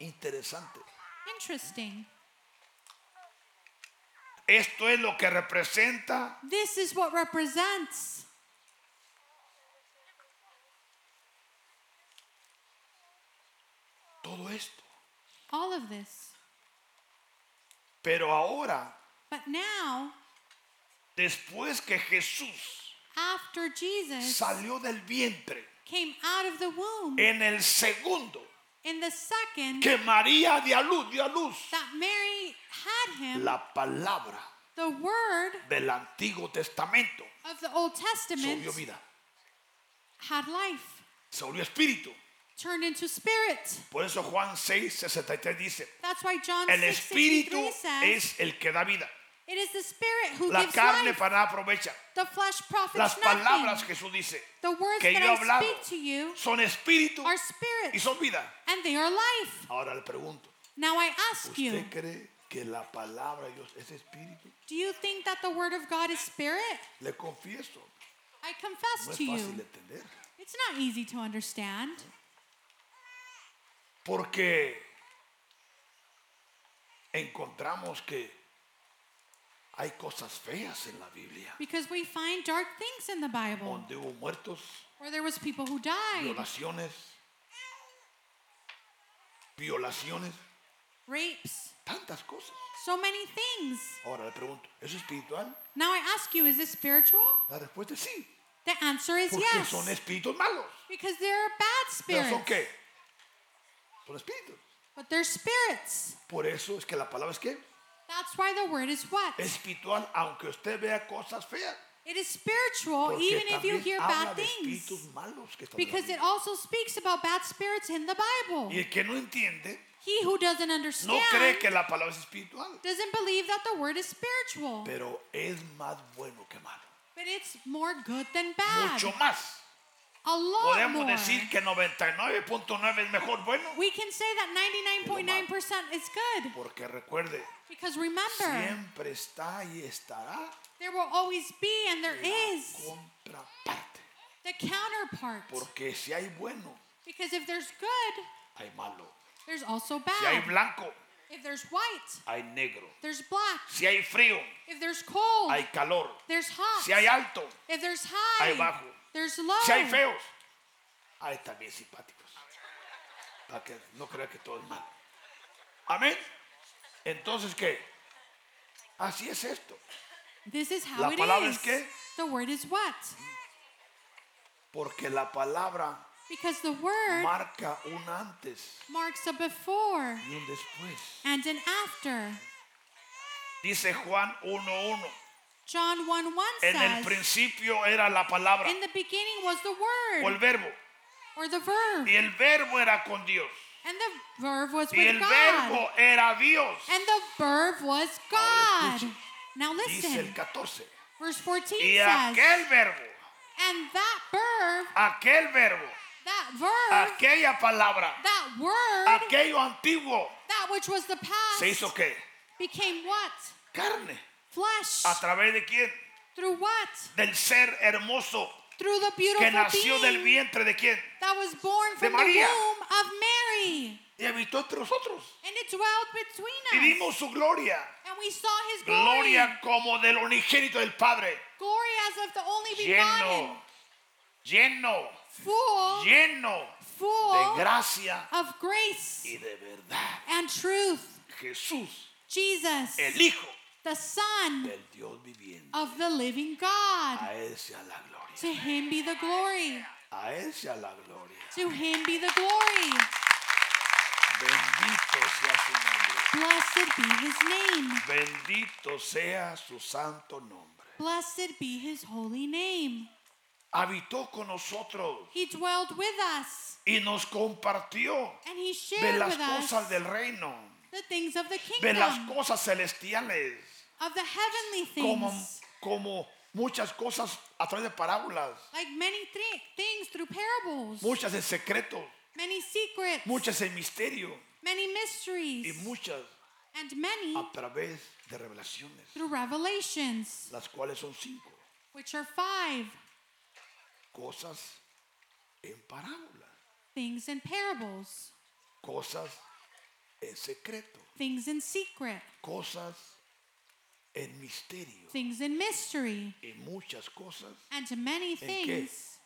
Speaker 1: Interesante.
Speaker 2: Interesting.
Speaker 1: Esto es lo que representa
Speaker 2: This is what represents
Speaker 1: todo esto.
Speaker 2: all of this.
Speaker 1: Pero ahora,
Speaker 2: But now,
Speaker 1: después que Jesús
Speaker 2: after Jesus
Speaker 1: salió del vientre,
Speaker 2: came out of the womb,
Speaker 1: en el segundo
Speaker 2: in the second
Speaker 1: Eh, que María dio a luz, dio a luz,
Speaker 2: that Mary had him,
Speaker 1: la palabra
Speaker 2: the word
Speaker 1: del Antiguo Testamento
Speaker 2: of the Old
Speaker 1: se
Speaker 2: Testament
Speaker 1: volvió vida,
Speaker 2: had life,
Speaker 1: se volvió espíritu.
Speaker 2: turned into spirit.
Speaker 1: Por eso Juan 6, 63 dice,
Speaker 2: That's why John
Speaker 1: el
Speaker 2: 6,
Speaker 1: espíritu
Speaker 2: 63 says,
Speaker 1: es el que da vida.
Speaker 2: it is the spirit who
Speaker 1: La
Speaker 2: gives
Speaker 1: carne
Speaker 2: life.
Speaker 1: para nada aprovecha.
Speaker 2: The flesh profits
Speaker 1: Las palabras
Speaker 2: nothing.
Speaker 1: Jesús dice
Speaker 2: The words
Speaker 1: que yo he
Speaker 2: that I
Speaker 1: hablado
Speaker 2: speak to you
Speaker 1: son espíritu
Speaker 2: are
Speaker 1: y
Speaker 2: spirit
Speaker 1: son vida.
Speaker 2: and they are life.
Speaker 1: Ahora le pregunto,
Speaker 2: Now I ask you,
Speaker 1: ¿usted cree que la palabra de Dios es espíritu?
Speaker 2: do you think that the word of God is spirit?
Speaker 1: Le confieso,
Speaker 2: I
Speaker 1: no
Speaker 2: confess
Speaker 1: es
Speaker 2: to
Speaker 1: fácil de
Speaker 2: you,
Speaker 1: entender.
Speaker 2: it's not easy to understand
Speaker 1: Porque encontramos que Hay cosas feas en la Biblia,
Speaker 2: because we find dark things in the Bible
Speaker 1: donde hubo muertos,
Speaker 2: where there was people who died,
Speaker 1: violaciones, violaciones,
Speaker 2: rapes,
Speaker 1: tantas cosas.
Speaker 2: so many things.
Speaker 1: Ahora le pregunto, ¿es espiritual?
Speaker 2: Now I ask you, is this spiritual?
Speaker 1: La respuesta es sí,
Speaker 2: The answer is
Speaker 1: porque
Speaker 2: yes.
Speaker 1: son espíritus malos.
Speaker 2: Because there are bad
Speaker 1: ¿Pero
Speaker 2: spirits.
Speaker 1: son qué? Son espíritus.
Speaker 2: But they're spirits.
Speaker 1: Por eso es que la palabra es que
Speaker 2: That's why the word is what?
Speaker 1: es espiritual, aunque usted vea cosas feas.
Speaker 2: It is spiritual
Speaker 1: Porque
Speaker 2: even if you
Speaker 1: también
Speaker 2: hear
Speaker 1: habla
Speaker 2: bad
Speaker 1: de
Speaker 2: things.
Speaker 1: espíritus malos que están en la
Speaker 2: Because it
Speaker 1: Biblia.
Speaker 2: also speaks about bad spirits in the Bible.
Speaker 1: Y el que no entiende,
Speaker 2: He who doesn't
Speaker 1: no cree
Speaker 2: understand
Speaker 1: que la palabra es espiritual.
Speaker 2: doesn't believe that the word is spiritual.
Speaker 1: Pero es más bueno que malo.
Speaker 2: But it's more good than bad.
Speaker 1: Mucho más.
Speaker 2: A lot
Speaker 1: Podemos
Speaker 2: more.
Speaker 1: decir que 99.9 es mejor bueno.
Speaker 2: We can say that 99.9% is good.
Speaker 1: Porque recuerde,
Speaker 2: Because remember,
Speaker 1: siempre está y estará
Speaker 2: there will always be and there
Speaker 1: la
Speaker 2: is
Speaker 1: contraparte.
Speaker 2: the counterpart.
Speaker 1: Porque si hay bueno,
Speaker 2: Because if there's good,
Speaker 1: hay malo.
Speaker 2: there's also
Speaker 1: Si hay
Speaker 2: bad.
Speaker 1: blanco,
Speaker 2: If there's white,
Speaker 1: hay negro.
Speaker 2: there's black.
Speaker 1: Si hay frío,
Speaker 2: If there's cold,
Speaker 1: hay calor.
Speaker 2: there's hot.
Speaker 1: Si hay alto,
Speaker 2: If there's high,
Speaker 1: hay bajo.
Speaker 2: there's low.
Speaker 1: si hay feos, hay también simpáticos. Para que no crea que todo es malo. Amén. Entonces, ¿qué? Así es esto.
Speaker 2: This is
Speaker 1: La
Speaker 2: how it
Speaker 1: palabra es
Speaker 2: is.
Speaker 1: qué?
Speaker 2: The word is what?
Speaker 1: Porque la palabra
Speaker 2: Because the word
Speaker 1: marca un antes
Speaker 2: marks a before
Speaker 1: y un después.
Speaker 2: and an after.
Speaker 1: Dice Juan 1.1.
Speaker 2: John 1 1
Speaker 1: En el
Speaker 2: says,
Speaker 1: principio era la palabra
Speaker 2: In the beginning was the
Speaker 1: o el
Speaker 2: word
Speaker 1: verbo.
Speaker 2: or the verb,
Speaker 1: Y el verbo era con Dios.
Speaker 2: and the verb was
Speaker 1: Y el
Speaker 2: with God,
Speaker 1: verbo era Dios.
Speaker 2: and the verb was
Speaker 1: Ahora
Speaker 2: God.
Speaker 1: escuche.
Speaker 2: Now
Speaker 1: Dice el
Speaker 2: listen,
Speaker 1: 14.
Speaker 2: verse 14
Speaker 1: Y
Speaker 2: says,
Speaker 1: aquel verbo,
Speaker 2: And that verb,
Speaker 1: aquel verbo,
Speaker 2: that verb,
Speaker 1: aquella palabra,
Speaker 2: that word,
Speaker 1: aquello antiguo,
Speaker 2: that which was the
Speaker 1: se hizo
Speaker 2: past,
Speaker 1: qué?
Speaker 2: became what?
Speaker 1: Carne. ¿A
Speaker 2: Flesh.
Speaker 1: través de quién?
Speaker 2: Through what?
Speaker 1: Del ser hermoso
Speaker 2: through the
Speaker 1: que
Speaker 2: beautiful
Speaker 1: nació del
Speaker 2: being
Speaker 1: vientre de quién?
Speaker 2: that was born from the
Speaker 1: María.
Speaker 2: womb of Mary.
Speaker 1: Y habitó entre nosotros.
Speaker 2: And it dwelled
Speaker 1: Y
Speaker 2: between us.
Speaker 1: vimos su gloria.
Speaker 2: And we saw his glory.
Speaker 1: Gloria como del unigénito del Padre.
Speaker 2: Glory as of the only begotten.
Speaker 1: Lleno, lleno,
Speaker 2: Full,
Speaker 1: lleno de
Speaker 2: full
Speaker 1: gracia
Speaker 2: of grace
Speaker 1: y de verdad.
Speaker 2: and truth.
Speaker 1: Jesús,
Speaker 2: Jesus,
Speaker 1: el Hijo
Speaker 2: the Son
Speaker 1: del Dios viviente.
Speaker 2: of the living God.
Speaker 1: A Él sea la gloria.
Speaker 2: To him be the glory.
Speaker 1: A Él sea la gloria.
Speaker 2: To him be the glory.
Speaker 1: Bendito sea su nombre.
Speaker 2: Blessed be his name.
Speaker 1: Bendito sea su santo nombre.
Speaker 2: Blessed be his holy name.
Speaker 1: Habitó con nosotros
Speaker 2: He dwelled with us.
Speaker 1: y nos compartió
Speaker 2: And he
Speaker 1: de
Speaker 2: shared
Speaker 1: las
Speaker 2: with us
Speaker 1: cosas del reino,
Speaker 2: the things of the
Speaker 1: de las
Speaker 2: kingdom,
Speaker 1: cosas celestiales,
Speaker 2: of the heavenly
Speaker 1: como,
Speaker 2: things,
Speaker 1: como muchas cosas a través de parábolas,
Speaker 2: like many thi- things through parables,
Speaker 1: muchas en secreto,
Speaker 2: many secrets,
Speaker 1: muchas en misterio
Speaker 2: many
Speaker 1: y
Speaker 2: mysteries,
Speaker 1: muchas
Speaker 2: and many
Speaker 1: a través de revelaciones,
Speaker 2: through revelations,
Speaker 1: las cuales son cinco
Speaker 2: which are five
Speaker 1: cosas en parábolas,
Speaker 2: things in parables,
Speaker 1: cosas en secreto.
Speaker 2: things in secret,
Speaker 1: cosas en misterio
Speaker 2: things in mystery,
Speaker 1: y muchas cosas
Speaker 2: and many
Speaker 1: qué?
Speaker 2: things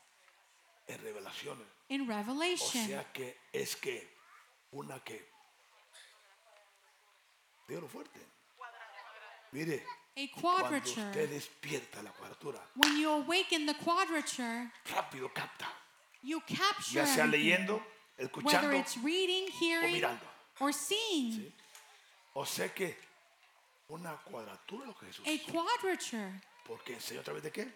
Speaker 1: en revelaciones.
Speaker 2: in
Speaker 1: O
Speaker 2: revelation.
Speaker 1: sea que es que una que dígalo fuerte. Mire,
Speaker 2: A
Speaker 1: cuando
Speaker 2: quadrature.
Speaker 1: usted despierta la cuadratura,
Speaker 2: When you awaken the quadrature,
Speaker 1: rápido capta,
Speaker 2: you capture
Speaker 1: ya sea
Speaker 2: everything.
Speaker 1: leyendo,
Speaker 2: whether
Speaker 1: escuchando.
Speaker 2: it's reading, hearing,
Speaker 1: mirando.
Speaker 2: or seeing,
Speaker 1: O sea que una cuadratura es lo que Jesús,
Speaker 2: a quadrature,
Speaker 1: porque enseñó a través de qué?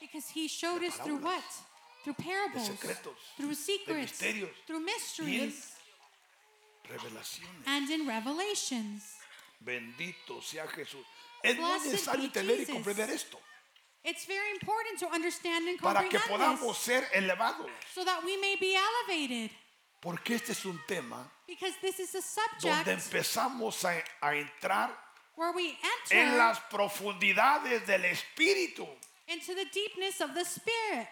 Speaker 2: because he showed us through
Speaker 1: parábolas,
Speaker 2: what? Through parables,
Speaker 1: secretos,
Speaker 2: through
Speaker 1: de
Speaker 2: secrets,
Speaker 1: misterios,
Speaker 2: through mysteries,
Speaker 1: Revelaciones.
Speaker 2: and in revelations.
Speaker 1: Bendito sea Jesús. Es muy
Speaker 2: Blessed
Speaker 1: necesario
Speaker 2: be
Speaker 1: entender y
Speaker 2: Jesus.
Speaker 1: comprender esto.
Speaker 2: It's very important to understand and
Speaker 1: para
Speaker 2: comprehend
Speaker 1: que podamos
Speaker 2: this,
Speaker 1: ser elevados.
Speaker 2: so that we may be elevated,
Speaker 1: Porque este es un tema
Speaker 2: because this is a
Speaker 1: donde
Speaker 2: subject
Speaker 1: empezamos a, a entrar
Speaker 2: where we
Speaker 1: en
Speaker 2: enter
Speaker 1: las profundidades del Espíritu.
Speaker 2: into the deepness of the Spirit.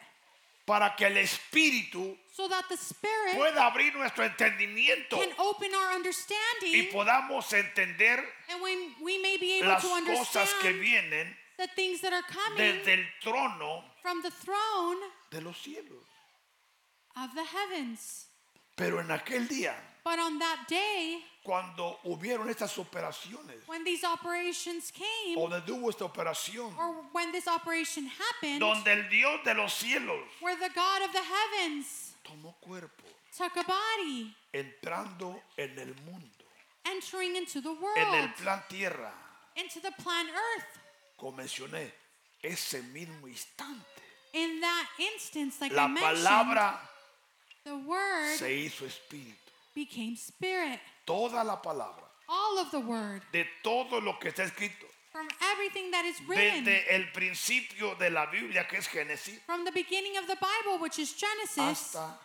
Speaker 1: para que el Espíritu
Speaker 2: so that the Spirit
Speaker 1: pueda abrir nuestro entendimiento
Speaker 2: can open our
Speaker 1: y
Speaker 2: understanding
Speaker 1: podamos entender
Speaker 2: and when we may be able
Speaker 1: las
Speaker 2: to
Speaker 1: cosas que
Speaker 2: understand
Speaker 1: vienen
Speaker 2: the things that are coming
Speaker 1: desde el trono
Speaker 2: from the throne
Speaker 1: de los cielos.
Speaker 2: of the heavens.
Speaker 1: Pero en aquel día,
Speaker 2: But on that day,
Speaker 1: cuando hubieron estas operaciones,
Speaker 2: when these operations came,
Speaker 1: o donde hubo esta operación,
Speaker 2: or when this operation happened,
Speaker 1: donde el Dios de los cielos
Speaker 2: where the God of the heavens
Speaker 1: tomó cuerpo,
Speaker 2: took a body,
Speaker 1: entrando en el mundo,
Speaker 2: entering into the
Speaker 1: en
Speaker 2: world,
Speaker 1: el plan tierra,
Speaker 2: into the planet earth.
Speaker 1: como mencioné, ese mismo instante,
Speaker 2: In that instance, like I
Speaker 1: la
Speaker 2: mentioned,
Speaker 1: palabra
Speaker 2: the word
Speaker 1: se hizo espíritu.
Speaker 2: became spirit.
Speaker 1: Toda la palabra,
Speaker 2: All of the word,
Speaker 1: de todo lo que está escrito,
Speaker 2: from everything that is written,
Speaker 1: desde el principio de la Biblia, que es Génesis,
Speaker 2: from the beginning of the Bible, which is Genesis,
Speaker 1: hasta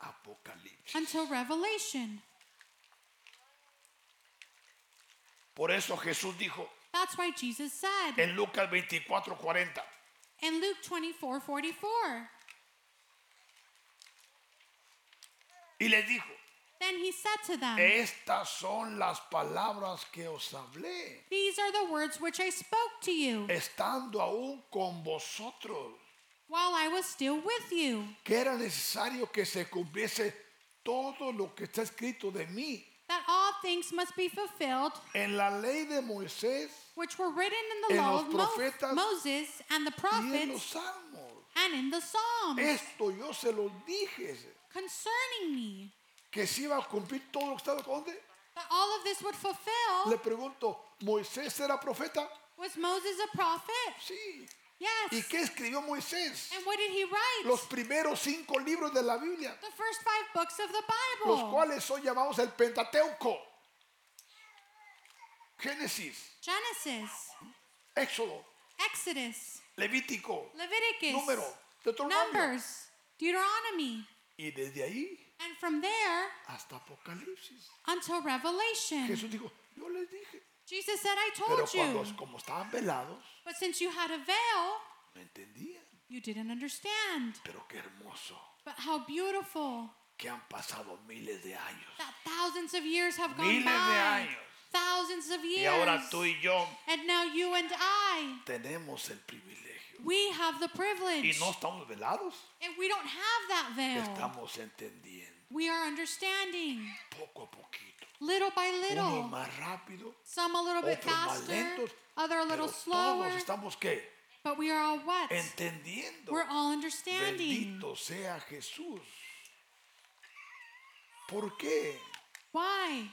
Speaker 1: Apocalipsis.
Speaker 2: until Revelation.
Speaker 1: Por eso Jesús dijo
Speaker 2: That's why Jesus said
Speaker 1: en Lucas 24, 40,
Speaker 2: in Luke 24 44.
Speaker 1: y les dijo,
Speaker 2: Then he said to them,
Speaker 1: Estas son las palabras que os hablé,
Speaker 2: These are the words which I spoke to you
Speaker 1: estando aún con vosotros,
Speaker 2: while I was still with you,
Speaker 1: que era necesario que se cumpliese todo lo que está escrito de mí
Speaker 2: that all things must be fulfilled,
Speaker 1: en la ley de Moisés
Speaker 2: which were written in
Speaker 1: En
Speaker 2: the law
Speaker 1: los
Speaker 2: of Mo-
Speaker 1: profetas
Speaker 2: Moses and the
Speaker 1: y en los
Speaker 2: prophets
Speaker 1: salmos.
Speaker 2: and in the Psalms
Speaker 1: Esto yo se lo dije,
Speaker 2: concerning me,
Speaker 1: que se iba a cumplir todo lo que estaba. ¿Dónde?
Speaker 2: that all of this would
Speaker 1: Le
Speaker 2: fulfill.
Speaker 1: pregunto, ¿Moisés era profeta?
Speaker 2: Was Moses a prophet?
Speaker 1: Sí. ¿Y
Speaker 2: Yes.
Speaker 1: qué escribió Moisés?
Speaker 2: And what did he write?
Speaker 1: Los primeros cinco libros de la Biblia.
Speaker 2: The first five books of the
Speaker 1: los
Speaker 2: Bible
Speaker 1: cuales son llamados el Pentateuco. Génesis,
Speaker 2: Genesis,
Speaker 1: Éxodo,
Speaker 2: Exodus,
Speaker 1: Levítico
Speaker 2: Leviticus,
Speaker 1: Número, Deuteronomio.
Speaker 2: Numbers, Deuteronomy.
Speaker 1: y desde ahí
Speaker 2: And from there
Speaker 1: hasta Apocalipsis.
Speaker 2: until Revelation.
Speaker 1: Jesús dijo, yo les dije,
Speaker 2: Jesus said, I
Speaker 1: pero
Speaker 2: told you.
Speaker 1: cuando como estaban velados,
Speaker 2: But since you had a veil,
Speaker 1: no entendían.
Speaker 2: you didn't understand.
Speaker 1: Pero qué hermoso
Speaker 2: But how beautiful
Speaker 1: que han pasado miles de años.
Speaker 2: that thousands of years have
Speaker 1: Miles
Speaker 2: gone
Speaker 1: de
Speaker 2: by.
Speaker 1: años.
Speaker 2: Thousands of
Speaker 1: Y
Speaker 2: years.
Speaker 1: ahora tú y yo
Speaker 2: And now you and I,
Speaker 1: tenemos el privilegio.
Speaker 2: we have the privilege.
Speaker 1: Y no estamos velados,
Speaker 2: And we don't have that veil.
Speaker 1: estamos entendiendo
Speaker 2: We are understanding
Speaker 1: poco a poquito.
Speaker 2: little by
Speaker 1: Uno
Speaker 2: little.
Speaker 1: más rápido,
Speaker 2: Some a little bit
Speaker 1: otros más
Speaker 2: faster,
Speaker 1: lentos,
Speaker 2: other a
Speaker 1: pero
Speaker 2: little slower.
Speaker 1: todos estamos qué?
Speaker 2: But we are all what?
Speaker 1: Entendiendo.
Speaker 2: We're all understanding.
Speaker 1: Bendito sea Jesús. ¿Por qué?
Speaker 2: Why?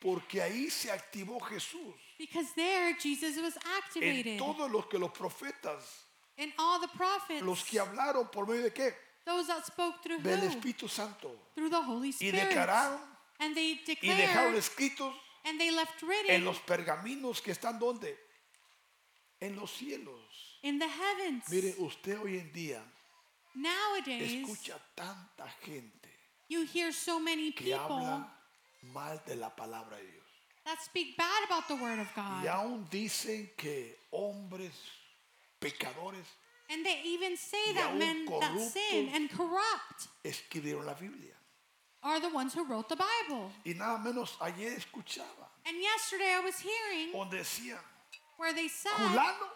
Speaker 1: Porque ahí se activó Jesús.
Speaker 2: Because there Jesus was
Speaker 1: En
Speaker 2: activated.
Speaker 1: todos los que los profetas,
Speaker 2: And all the prophets,
Speaker 1: los que hablaron por medio de qué?
Speaker 2: those that spoke through
Speaker 1: Del
Speaker 2: who?
Speaker 1: Espíritu Santo.
Speaker 2: Through the Holy
Speaker 1: Y
Speaker 2: Spirit.
Speaker 1: declararon
Speaker 2: and they
Speaker 1: y dejaron
Speaker 2: declared,
Speaker 1: escritos
Speaker 2: and they left
Speaker 1: en
Speaker 2: written
Speaker 1: los pergaminos que están donde? En los cielos.
Speaker 2: in the heavens.
Speaker 1: Mire, usted hoy en día
Speaker 2: Nowadays,
Speaker 1: escucha tanta gente
Speaker 2: you hear so many
Speaker 1: que
Speaker 2: people
Speaker 1: habla mal de la palabra de Dios.
Speaker 2: that speak bad about the Word of God.
Speaker 1: Y aún dicen que hombres pecadores
Speaker 2: And they even say
Speaker 1: Y
Speaker 2: that
Speaker 1: aún
Speaker 2: men that sin
Speaker 1: corruptos.
Speaker 2: and corrupt
Speaker 1: escribieron la Biblia.
Speaker 2: are the ones who wrote the Bible.
Speaker 1: Y nada menos ayer escuchaba
Speaker 2: And yesterday I was hearing
Speaker 1: donde decían,
Speaker 2: where they said,
Speaker 1: fulano,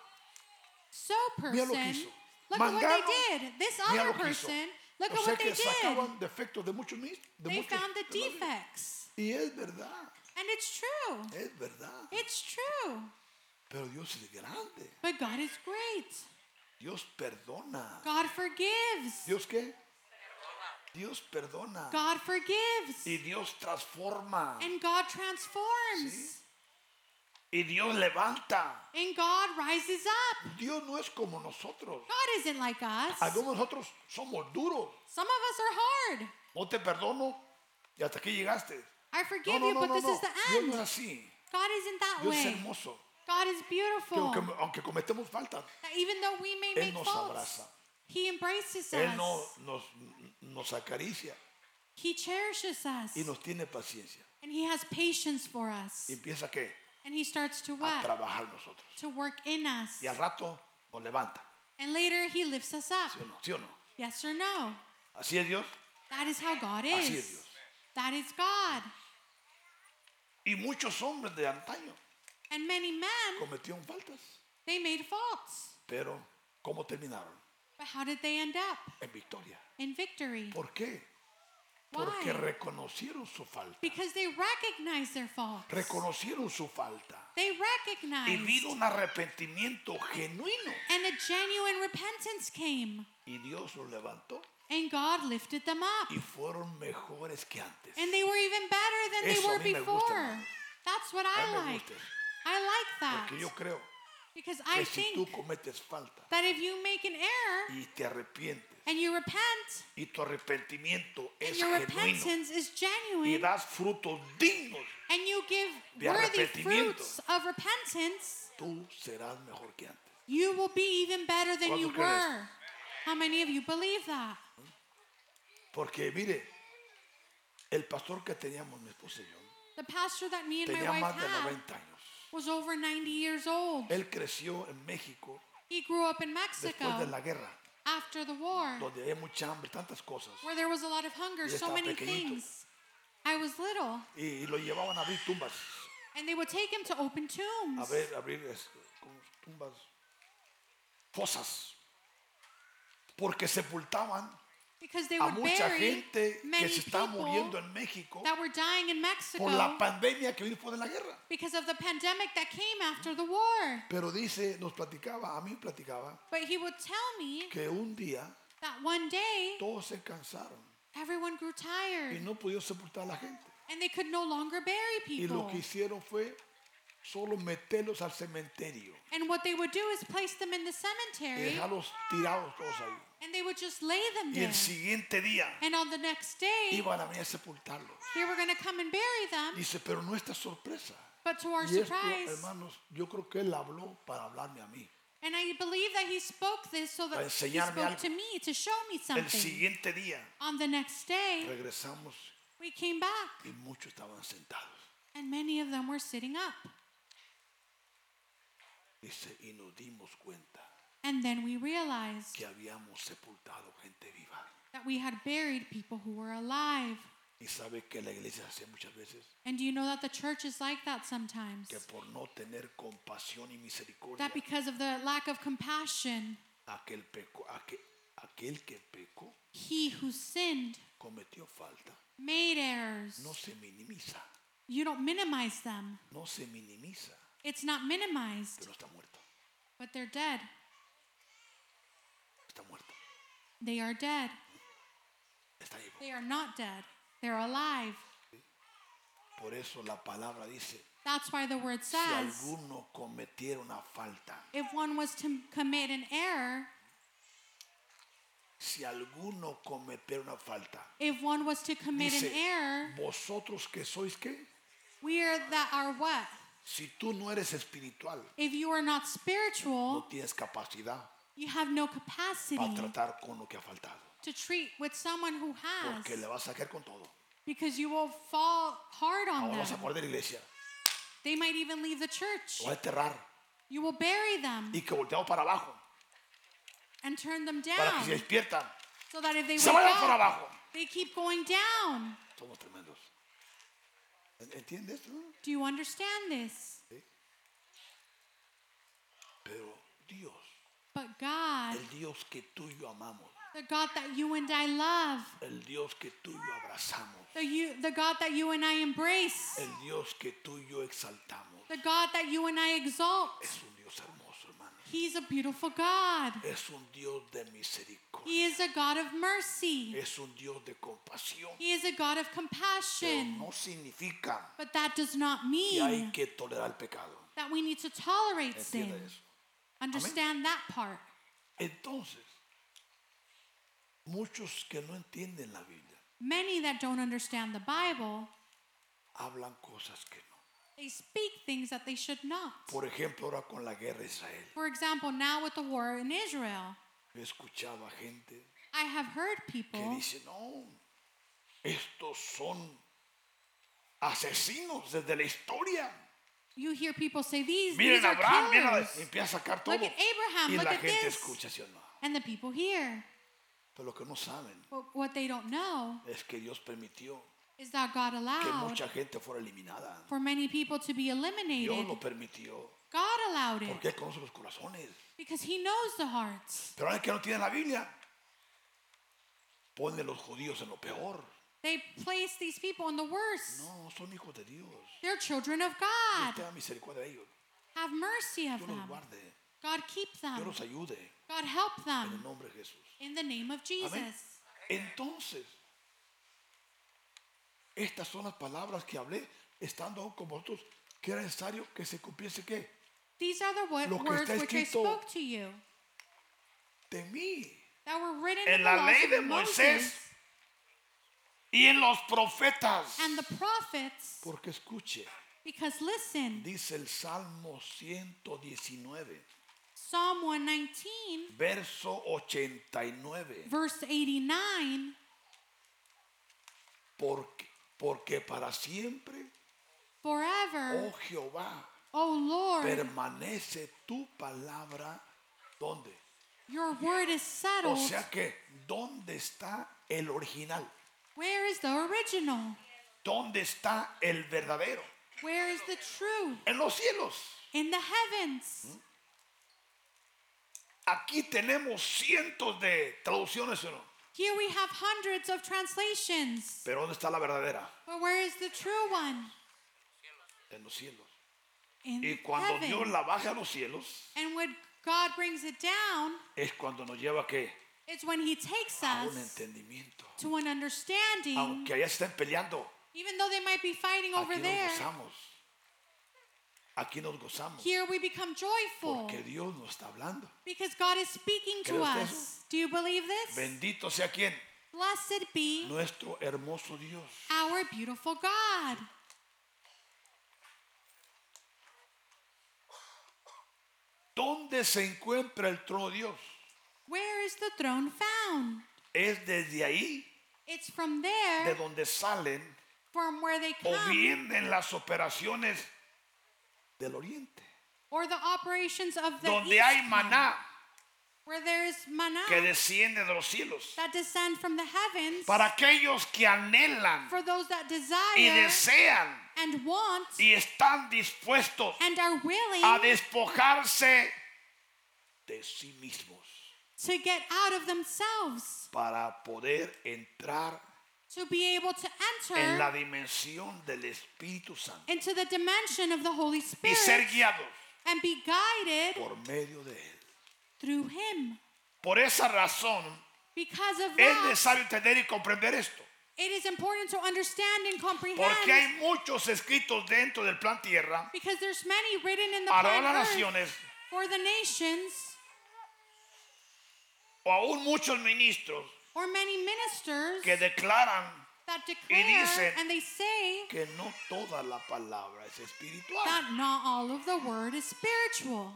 Speaker 2: so
Speaker 1: mira lo que
Speaker 2: person,
Speaker 1: hizo.
Speaker 2: look at what they
Speaker 1: Mangano,
Speaker 2: did. This
Speaker 1: mira
Speaker 2: other
Speaker 1: lo que hizo.
Speaker 2: person, look
Speaker 1: o
Speaker 2: at
Speaker 1: sea
Speaker 2: what
Speaker 1: que
Speaker 2: they did.
Speaker 1: sacaban defectos de muchos mis- de
Speaker 2: They
Speaker 1: muchos
Speaker 2: found the
Speaker 1: de la Biblia.
Speaker 2: defects.
Speaker 1: Y es verdad,
Speaker 2: And it's true.
Speaker 1: es verdad.
Speaker 2: It's true.
Speaker 1: Pero Dios es grande.
Speaker 2: But God is great.
Speaker 1: Dios perdona.
Speaker 2: God forgives.
Speaker 1: ¿Dios qué? Dios perdona.
Speaker 2: God forgives.
Speaker 1: Y Dios transforma.
Speaker 2: And God transforms.
Speaker 1: Y Dios levanta.
Speaker 2: And God rises up.
Speaker 1: Dios no es como nosotros.
Speaker 2: God isn't like us. Some of
Speaker 1: Algunos nosotros somos duros.
Speaker 2: us are hard.
Speaker 1: No te perdono y hasta aquí llegaste.
Speaker 2: I
Speaker 1: No,
Speaker 2: forgive
Speaker 1: no,
Speaker 2: you,
Speaker 1: no,
Speaker 2: but
Speaker 1: no,
Speaker 2: this
Speaker 1: no.
Speaker 2: is the
Speaker 1: Dios
Speaker 2: end.
Speaker 1: no es así.
Speaker 2: God isn't that
Speaker 1: Dios es
Speaker 2: way.
Speaker 1: hermoso.
Speaker 2: God is
Speaker 1: Que
Speaker 2: beautiful.
Speaker 1: aunque, aunque cometemos faltas,
Speaker 2: That even though we may
Speaker 1: Él
Speaker 2: make
Speaker 1: nos
Speaker 2: faults,
Speaker 1: abraza.
Speaker 2: He embraces
Speaker 1: Él no,
Speaker 2: us.
Speaker 1: nos, nos acaricia
Speaker 2: He cherishes us.
Speaker 1: y nos tiene paciencia.
Speaker 2: And He has patience for us.
Speaker 1: Y empieza ¿qué?
Speaker 2: And He starts to
Speaker 1: a
Speaker 2: what?
Speaker 1: trabajar nosotros.
Speaker 2: To work in us.
Speaker 1: Y al rato nos levanta.
Speaker 2: And later he lifts us up.
Speaker 1: ¿Sí o no? ¿Sí o no?
Speaker 2: Yes or no?
Speaker 1: Así es Dios.
Speaker 2: That is how God is.
Speaker 1: Así es Dios.
Speaker 2: That is God.
Speaker 1: Y muchos hombres de antaño
Speaker 2: And many men,
Speaker 1: cometieron faltas.
Speaker 2: they made faults.
Speaker 1: Pero, ¿cómo terminaron?
Speaker 2: But how did they end up?
Speaker 1: En victoria.
Speaker 2: In victory.
Speaker 1: ¿Por qué? Porque
Speaker 2: Why?
Speaker 1: reconocieron su falta.
Speaker 2: Because they recognized their faults.
Speaker 1: Reconocieron su falta.
Speaker 2: They
Speaker 1: Y
Speaker 2: recognized.
Speaker 1: vino un arrepentimiento genuino.
Speaker 2: And a genuine repentance came.
Speaker 1: Y Dios los levantó
Speaker 2: And God lifted them up.
Speaker 1: y fueron mejores que antes.
Speaker 2: And they were even better than
Speaker 1: Eso
Speaker 2: they
Speaker 1: a
Speaker 2: were
Speaker 1: mí me gusta
Speaker 2: before.
Speaker 1: más.
Speaker 2: That's what
Speaker 1: A mí me
Speaker 2: I like.
Speaker 1: gusta eso.
Speaker 2: I like that.
Speaker 1: Porque yo creo
Speaker 2: Because ah, I
Speaker 1: que si tú
Speaker 2: think
Speaker 1: cometes falta
Speaker 2: that if you make an error
Speaker 1: y te arrepientes
Speaker 2: and you repent,
Speaker 1: y tu arrepentimiento
Speaker 2: and
Speaker 1: es
Speaker 2: your
Speaker 1: genuino
Speaker 2: repentance is
Speaker 1: y
Speaker 2: genuine,
Speaker 1: das frutos dignos,
Speaker 2: and you give
Speaker 1: de
Speaker 2: worthy
Speaker 1: arrepentimiento.
Speaker 2: fruits of repentance,
Speaker 1: tú serás mejor que antes.
Speaker 2: you will be even better than
Speaker 1: ¿Cuántos
Speaker 2: you
Speaker 1: creen eso?
Speaker 2: were. How many of you believe that?
Speaker 1: Porque mire, el pastor que teníamos mi esposa y yo
Speaker 2: The pastor that me and my
Speaker 1: tenía
Speaker 2: wife
Speaker 1: más de
Speaker 2: had
Speaker 1: 90 años.
Speaker 2: was over 90 years old.
Speaker 1: Él creció en México
Speaker 2: He grew up in
Speaker 1: después de
Speaker 2: Mexico
Speaker 1: la guerra,
Speaker 2: after the war,
Speaker 1: donde había mucha hambre, tantas cosas.
Speaker 2: where there was a lot of hunger,
Speaker 1: Yo
Speaker 2: so
Speaker 1: estaba
Speaker 2: many
Speaker 1: pequeñito.
Speaker 2: things. I was little,
Speaker 1: Y, y lo llevaban a abrir tumbas,
Speaker 2: and they would take him to open
Speaker 1: a
Speaker 2: tombs.
Speaker 1: ver, abrir este, como tumbas, fosas, porque sepultaban
Speaker 2: Because they
Speaker 1: a
Speaker 2: would
Speaker 1: mucha
Speaker 2: bury
Speaker 1: gente que
Speaker 2: many
Speaker 1: se está muriendo
Speaker 2: people
Speaker 1: en México
Speaker 2: that were dying in
Speaker 1: por la
Speaker 2: Mexico
Speaker 1: pandemia que vino después de la guerra.
Speaker 2: because of the pandemic that came after the war.
Speaker 1: Pero dice, nos platicaba, a mí me platicaba,
Speaker 2: But he would tell me
Speaker 1: que un día
Speaker 2: that one day
Speaker 1: todos se cansaron
Speaker 2: everyone grew
Speaker 1: y
Speaker 2: tired
Speaker 1: no pudieron sepultar a la gente.
Speaker 2: and they could no longer bury
Speaker 1: Y lo
Speaker 2: people.
Speaker 1: que hicieron fue solo meterlos al cementerio
Speaker 2: And what they would do is place them in the
Speaker 1: y
Speaker 2: cemetery
Speaker 1: dejarlos tirados todos ahí.
Speaker 2: and they would just lay them
Speaker 1: Y
Speaker 2: there.
Speaker 1: el siguiente día
Speaker 2: And on the next day,
Speaker 1: iban a venir a sepultarlos.
Speaker 2: they were going to come and bury them.
Speaker 1: Dice, pero no esta sorpresa.
Speaker 2: But to our
Speaker 1: Y esto,
Speaker 2: surprise,
Speaker 1: hermanos, yo creo que él habló para hablarme a mí.
Speaker 2: and I believe that he spoke this so
Speaker 1: Para
Speaker 2: that he
Speaker 1: enseñarme
Speaker 2: spoke
Speaker 1: algo.
Speaker 2: to me to show me
Speaker 1: El
Speaker 2: something.
Speaker 1: siguiente día
Speaker 2: On the next day,
Speaker 1: regresamos
Speaker 2: we came back
Speaker 1: y muchos estaban sentados.
Speaker 2: and many of them were sitting up.
Speaker 1: Dice, y nos dimos cuenta
Speaker 2: And then we realized
Speaker 1: que habíamos sepultado gente viva.
Speaker 2: that we had buried people who were alive.
Speaker 1: Y sabe que la iglesia hace muchas veces
Speaker 2: And do you know that the church is like that sometimes?
Speaker 1: que por no tener compasión y misericordia,
Speaker 2: That because of the lack of compassion,
Speaker 1: aquel, peco, aquel, aquel que pecó
Speaker 2: he who sinned
Speaker 1: cometió falta.
Speaker 2: made errors.
Speaker 1: No se minimiza,
Speaker 2: You don't minimize them.
Speaker 1: no se minimiza,
Speaker 2: It's not minimized,
Speaker 1: pero está muerto,
Speaker 2: but they're dead.
Speaker 1: está muerto,
Speaker 2: They are dead.
Speaker 1: está vivo.
Speaker 2: They are not dead. They're alive.
Speaker 1: Por eso la palabra dice,
Speaker 2: That's why the word
Speaker 1: si
Speaker 2: says
Speaker 1: alguno cometiera una falta,
Speaker 2: if one was to commit an error,
Speaker 1: si alguno cometiera una falta,
Speaker 2: if one was to commit an
Speaker 1: Dice,
Speaker 2: error,
Speaker 1: vosotros que sois qué?
Speaker 2: we are that are what?
Speaker 1: Si tú no eres espiritual,
Speaker 2: If you are not
Speaker 1: no
Speaker 2: spiritual,
Speaker 1: tienes capacidad
Speaker 2: you have no
Speaker 1: para
Speaker 2: capacity
Speaker 1: tratar con lo que ha faltado,
Speaker 2: to treat with someone who has
Speaker 1: porque le vas a caer con todo.
Speaker 2: because you will fall hard on
Speaker 1: Ahora vas a
Speaker 2: them.
Speaker 1: poner la iglesia,
Speaker 2: They might even leave the church.
Speaker 1: lo vas a enterrar
Speaker 2: You will bury them
Speaker 1: y que volteamos para abajo,
Speaker 2: and turn them
Speaker 1: para que se
Speaker 2: down
Speaker 1: despiertan,
Speaker 2: so that if they
Speaker 1: se
Speaker 2: wake
Speaker 1: vayan para
Speaker 2: up,
Speaker 1: abajo.
Speaker 2: they keep going down.
Speaker 1: Somos tremendos. ¿En- ¿Entiendes? no?
Speaker 2: Do you understand this?
Speaker 1: Pero Dios,
Speaker 2: But God,
Speaker 1: el Dios que tú y yo amamos,
Speaker 2: the God that you and I love,
Speaker 1: el Dios que tú y yo abrazamos,
Speaker 2: the, you, the God that you and I embrace,
Speaker 1: el Dios que tú y yo exaltamos,
Speaker 2: the God that you and I exalt,
Speaker 1: es un Dios hermoso, hermano.
Speaker 2: He's a beautiful God.
Speaker 1: Es un Dios de
Speaker 2: He
Speaker 1: misericordia.
Speaker 2: is a God of mercy.
Speaker 1: Es un Dios de compasión.
Speaker 2: He is a God of
Speaker 1: Pero
Speaker 2: compassion.
Speaker 1: no significa
Speaker 2: But that does not
Speaker 1: que hay
Speaker 2: mean
Speaker 1: que tolerar el pecado.
Speaker 2: that we need to tolerate sin.
Speaker 1: Entienda eso.
Speaker 2: Understand that part.
Speaker 1: Entonces, muchos que no entienden la Biblia
Speaker 2: Many that don't understand the Bible,
Speaker 1: hablan cosas que no.
Speaker 2: they speak things that they should not.
Speaker 1: Por ejemplo, ahora con la guerra de Israel.
Speaker 2: For example, now with the war in Israel,
Speaker 1: Yo escuchaba gente
Speaker 2: I have heard
Speaker 1: que
Speaker 2: people
Speaker 1: dice, no, estos son asesinos desde la historia.
Speaker 2: You hear people say these, these
Speaker 1: Miren a
Speaker 2: are
Speaker 1: Abraham, miren a...
Speaker 2: killers.
Speaker 1: Empieza a sacar todo.
Speaker 2: Look at Abraham,
Speaker 1: y
Speaker 2: look
Speaker 1: la
Speaker 2: at
Speaker 1: gente
Speaker 2: this.
Speaker 1: escucha, ¿sí o no?
Speaker 2: And the people hear.
Speaker 1: Pero lo que no saben
Speaker 2: But what they don't know
Speaker 1: es que Dios permitió
Speaker 2: is that God
Speaker 1: que
Speaker 2: allowed
Speaker 1: mucha gente fuera eliminada.
Speaker 2: for many people to be
Speaker 1: Dios
Speaker 2: eliminated.
Speaker 1: lo permitió.
Speaker 2: God allowed it
Speaker 1: Porque conoce los corazones.
Speaker 2: because He knows the hearts.
Speaker 1: Pero ahora que no tienen la Biblia, ponen los judíos en lo peor.
Speaker 2: They place these people in the worst.
Speaker 1: No, son hijos de Dios.
Speaker 2: They're children of
Speaker 1: Dios
Speaker 2: God.
Speaker 1: tenga misericordia de ellos.
Speaker 2: Have mercy of
Speaker 1: Dios los
Speaker 2: them.
Speaker 1: guarde.
Speaker 2: God keep
Speaker 1: Dios
Speaker 2: them.
Speaker 1: los ayude.
Speaker 2: God help
Speaker 1: En el
Speaker 2: them.
Speaker 1: nombre de Jesús.
Speaker 2: In the name of Jesus.
Speaker 1: Entonces, estas son las palabras que hablé estando aún con vosotros. Que era necesario que se cumpliese que
Speaker 2: These are the
Speaker 1: Lo
Speaker 2: wo-
Speaker 1: que
Speaker 2: words
Speaker 1: está
Speaker 2: which I
Speaker 1: escrito
Speaker 2: spoke to you
Speaker 1: de mí
Speaker 2: that were written
Speaker 1: En
Speaker 2: in the
Speaker 1: la
Speaker 2: laws
Speaker 1: ley
Speaker 2: of
Speaker 1: de
Speaker 2: Moses
Speaker 1: Moisés. y en los profetas.
Speaker 2: and the prophets.
Speaker 1: Porque escuche,
Speaker 2: Because listen,
Speaker 1: dice el Salmo 119,
Speaker 2: Psalm 119,
Speaker 1: verso 89.
Speaker 2: verse 89.
Speaker 1: Porque, porque para siempre,
Speaker 2: Forever,
Speaker 1: oh Jehová,
Speaker 2: O Oh, Lord,
Speaker 1: permanece tu palabra. ¿Dónde?
Speaker 2: your word is
Speaker 1: O
Speaker 2: settled.
Speaker 1: sea que, ¿dónde está el original?
Speaker 2: Where is the original?
Speaker 1: ¿Dónde está el verdadero?
Speaker 2: Where is the true?
Speaker 1: En los cielos.
Speaker 2: In the
Speaker 1: Hmm?
Speaker 2: heavens.
Speaker 1: Aquí tenemos cientos de traducciones, ¿o no?
Speaker 2: Here we have hundreds of translations.
Speaker 1: Pero ¿dónde está la verdadera?
Speaker 2: But where is the true one?
Speaker 1: En los cielos.
Speaker 2: In
Speaker 1: Y cuando
Speaker 2: heaven.
Speaker 1: Dios la baja a los cielos,
Speaker 2: And when God brings it down,
Speaker 1: es cuando nos lleva ¿qué?
Speaker 2: it's when He takes
Speaker 1: a
Speaker 2: us
Speaker 1: un entendimiento.
Speaker 2: to an understanding,
Speaker 1: Aunque allá estén peleando,
Speaker 2: even though they might be fighting over
Speaker 1: aquí
Speaker 2: there.
Speaker 1: nos gozamos. Aquí nos gozamos.
Speaker 2: Here we become joyful
Speaker 1: Porque Dios nos está hablando.
Speaker 2: because God is speaking
Speaker 1: ¿Cree
Speaker 2: to
Speaker 1: usted
Speaker 2: us. Do you believe this?
Speaker 1: Bendito sea quien,
Speaker 2: Blessed be
Speaker 1: nuestro hermoso Dios.
Speaker 2: our beautiful God.
Speaker 1: ¿Dónde se encuentra el trono de Dios?
Speaker 2: Where is the throne found?
Speaker 1: Es desde ahí
Speaker 2: It's from
Speaker 1: de
Speaker 2: there,
Speaker 1: donde salen
Speaker 2: from where they
Speaker 1: o
Speaker 2: come,
Speaker 1: vienen las operaciones del oriente.
Speaker 2: or the operations of the
Speaker 1: Donde
Speaker 2: east
Speaker 1: hay
Speaker 2: come,
Speaker 1: maná
Speaker 2: where there is manna
Speaker 1: que desciende de los cielos.
Speaker 2: that descend from the heavens
Speaker 1: Para aquellos que anhelan
Speaker 2: for those that
Speaker 1: y
Speaker 2: desire
Speaker 1: desean
Speaker 2: and want
Speaker 1: y están dispuestos
Speaker 2: and are
Speaker 1: a
Speaker 2: willing
Speaker 1: despojarse de sí mismos
Speaker 2: to get out of themselves,
Speaker 1: para poder entrar
Speaker 2: to be able to
Speaker 1: en la
Speaker 2: enter
Speaker 1: dimensión del Espíritu Santo
Speaker 2: into the dimension of the Holy
Speaker 1: y ser
Speaker 2: Spirit
Speaker 1: guiados
Speaker 2: and be guided
Speaker 1: por medio de Él.
Speaker 2: through Him.
Speaker 1: Por esa razón
Speaker 2: Because of
Speaker 1: es
Speaker 2: that,
Speaker 1: necesario entender y comprender esto,
Speaker 2: it is important to understand and
Speaker 1: porque
Speaker 2: comprehend
Speaker 1: hay muchos escritos dentro del plan tierra
Speaker 2: Because there's many written in the
Speaker 1: para
Speaker 2: plan
Speaker 1: las
Speaker 2: earth
Speaker 1: naciones
Speaker 2: for the nations,
Speaker 1: o aún muchos ministros
Speaker 2: or many ministers
Speaker 1: que declaran
Speaker 2: that declare
Speaker 1: dicen
Speaker 2: and they say
Speaker 1: que no toda la palabra es espiritual.
Speaker 2: that not all of the word is spiritual.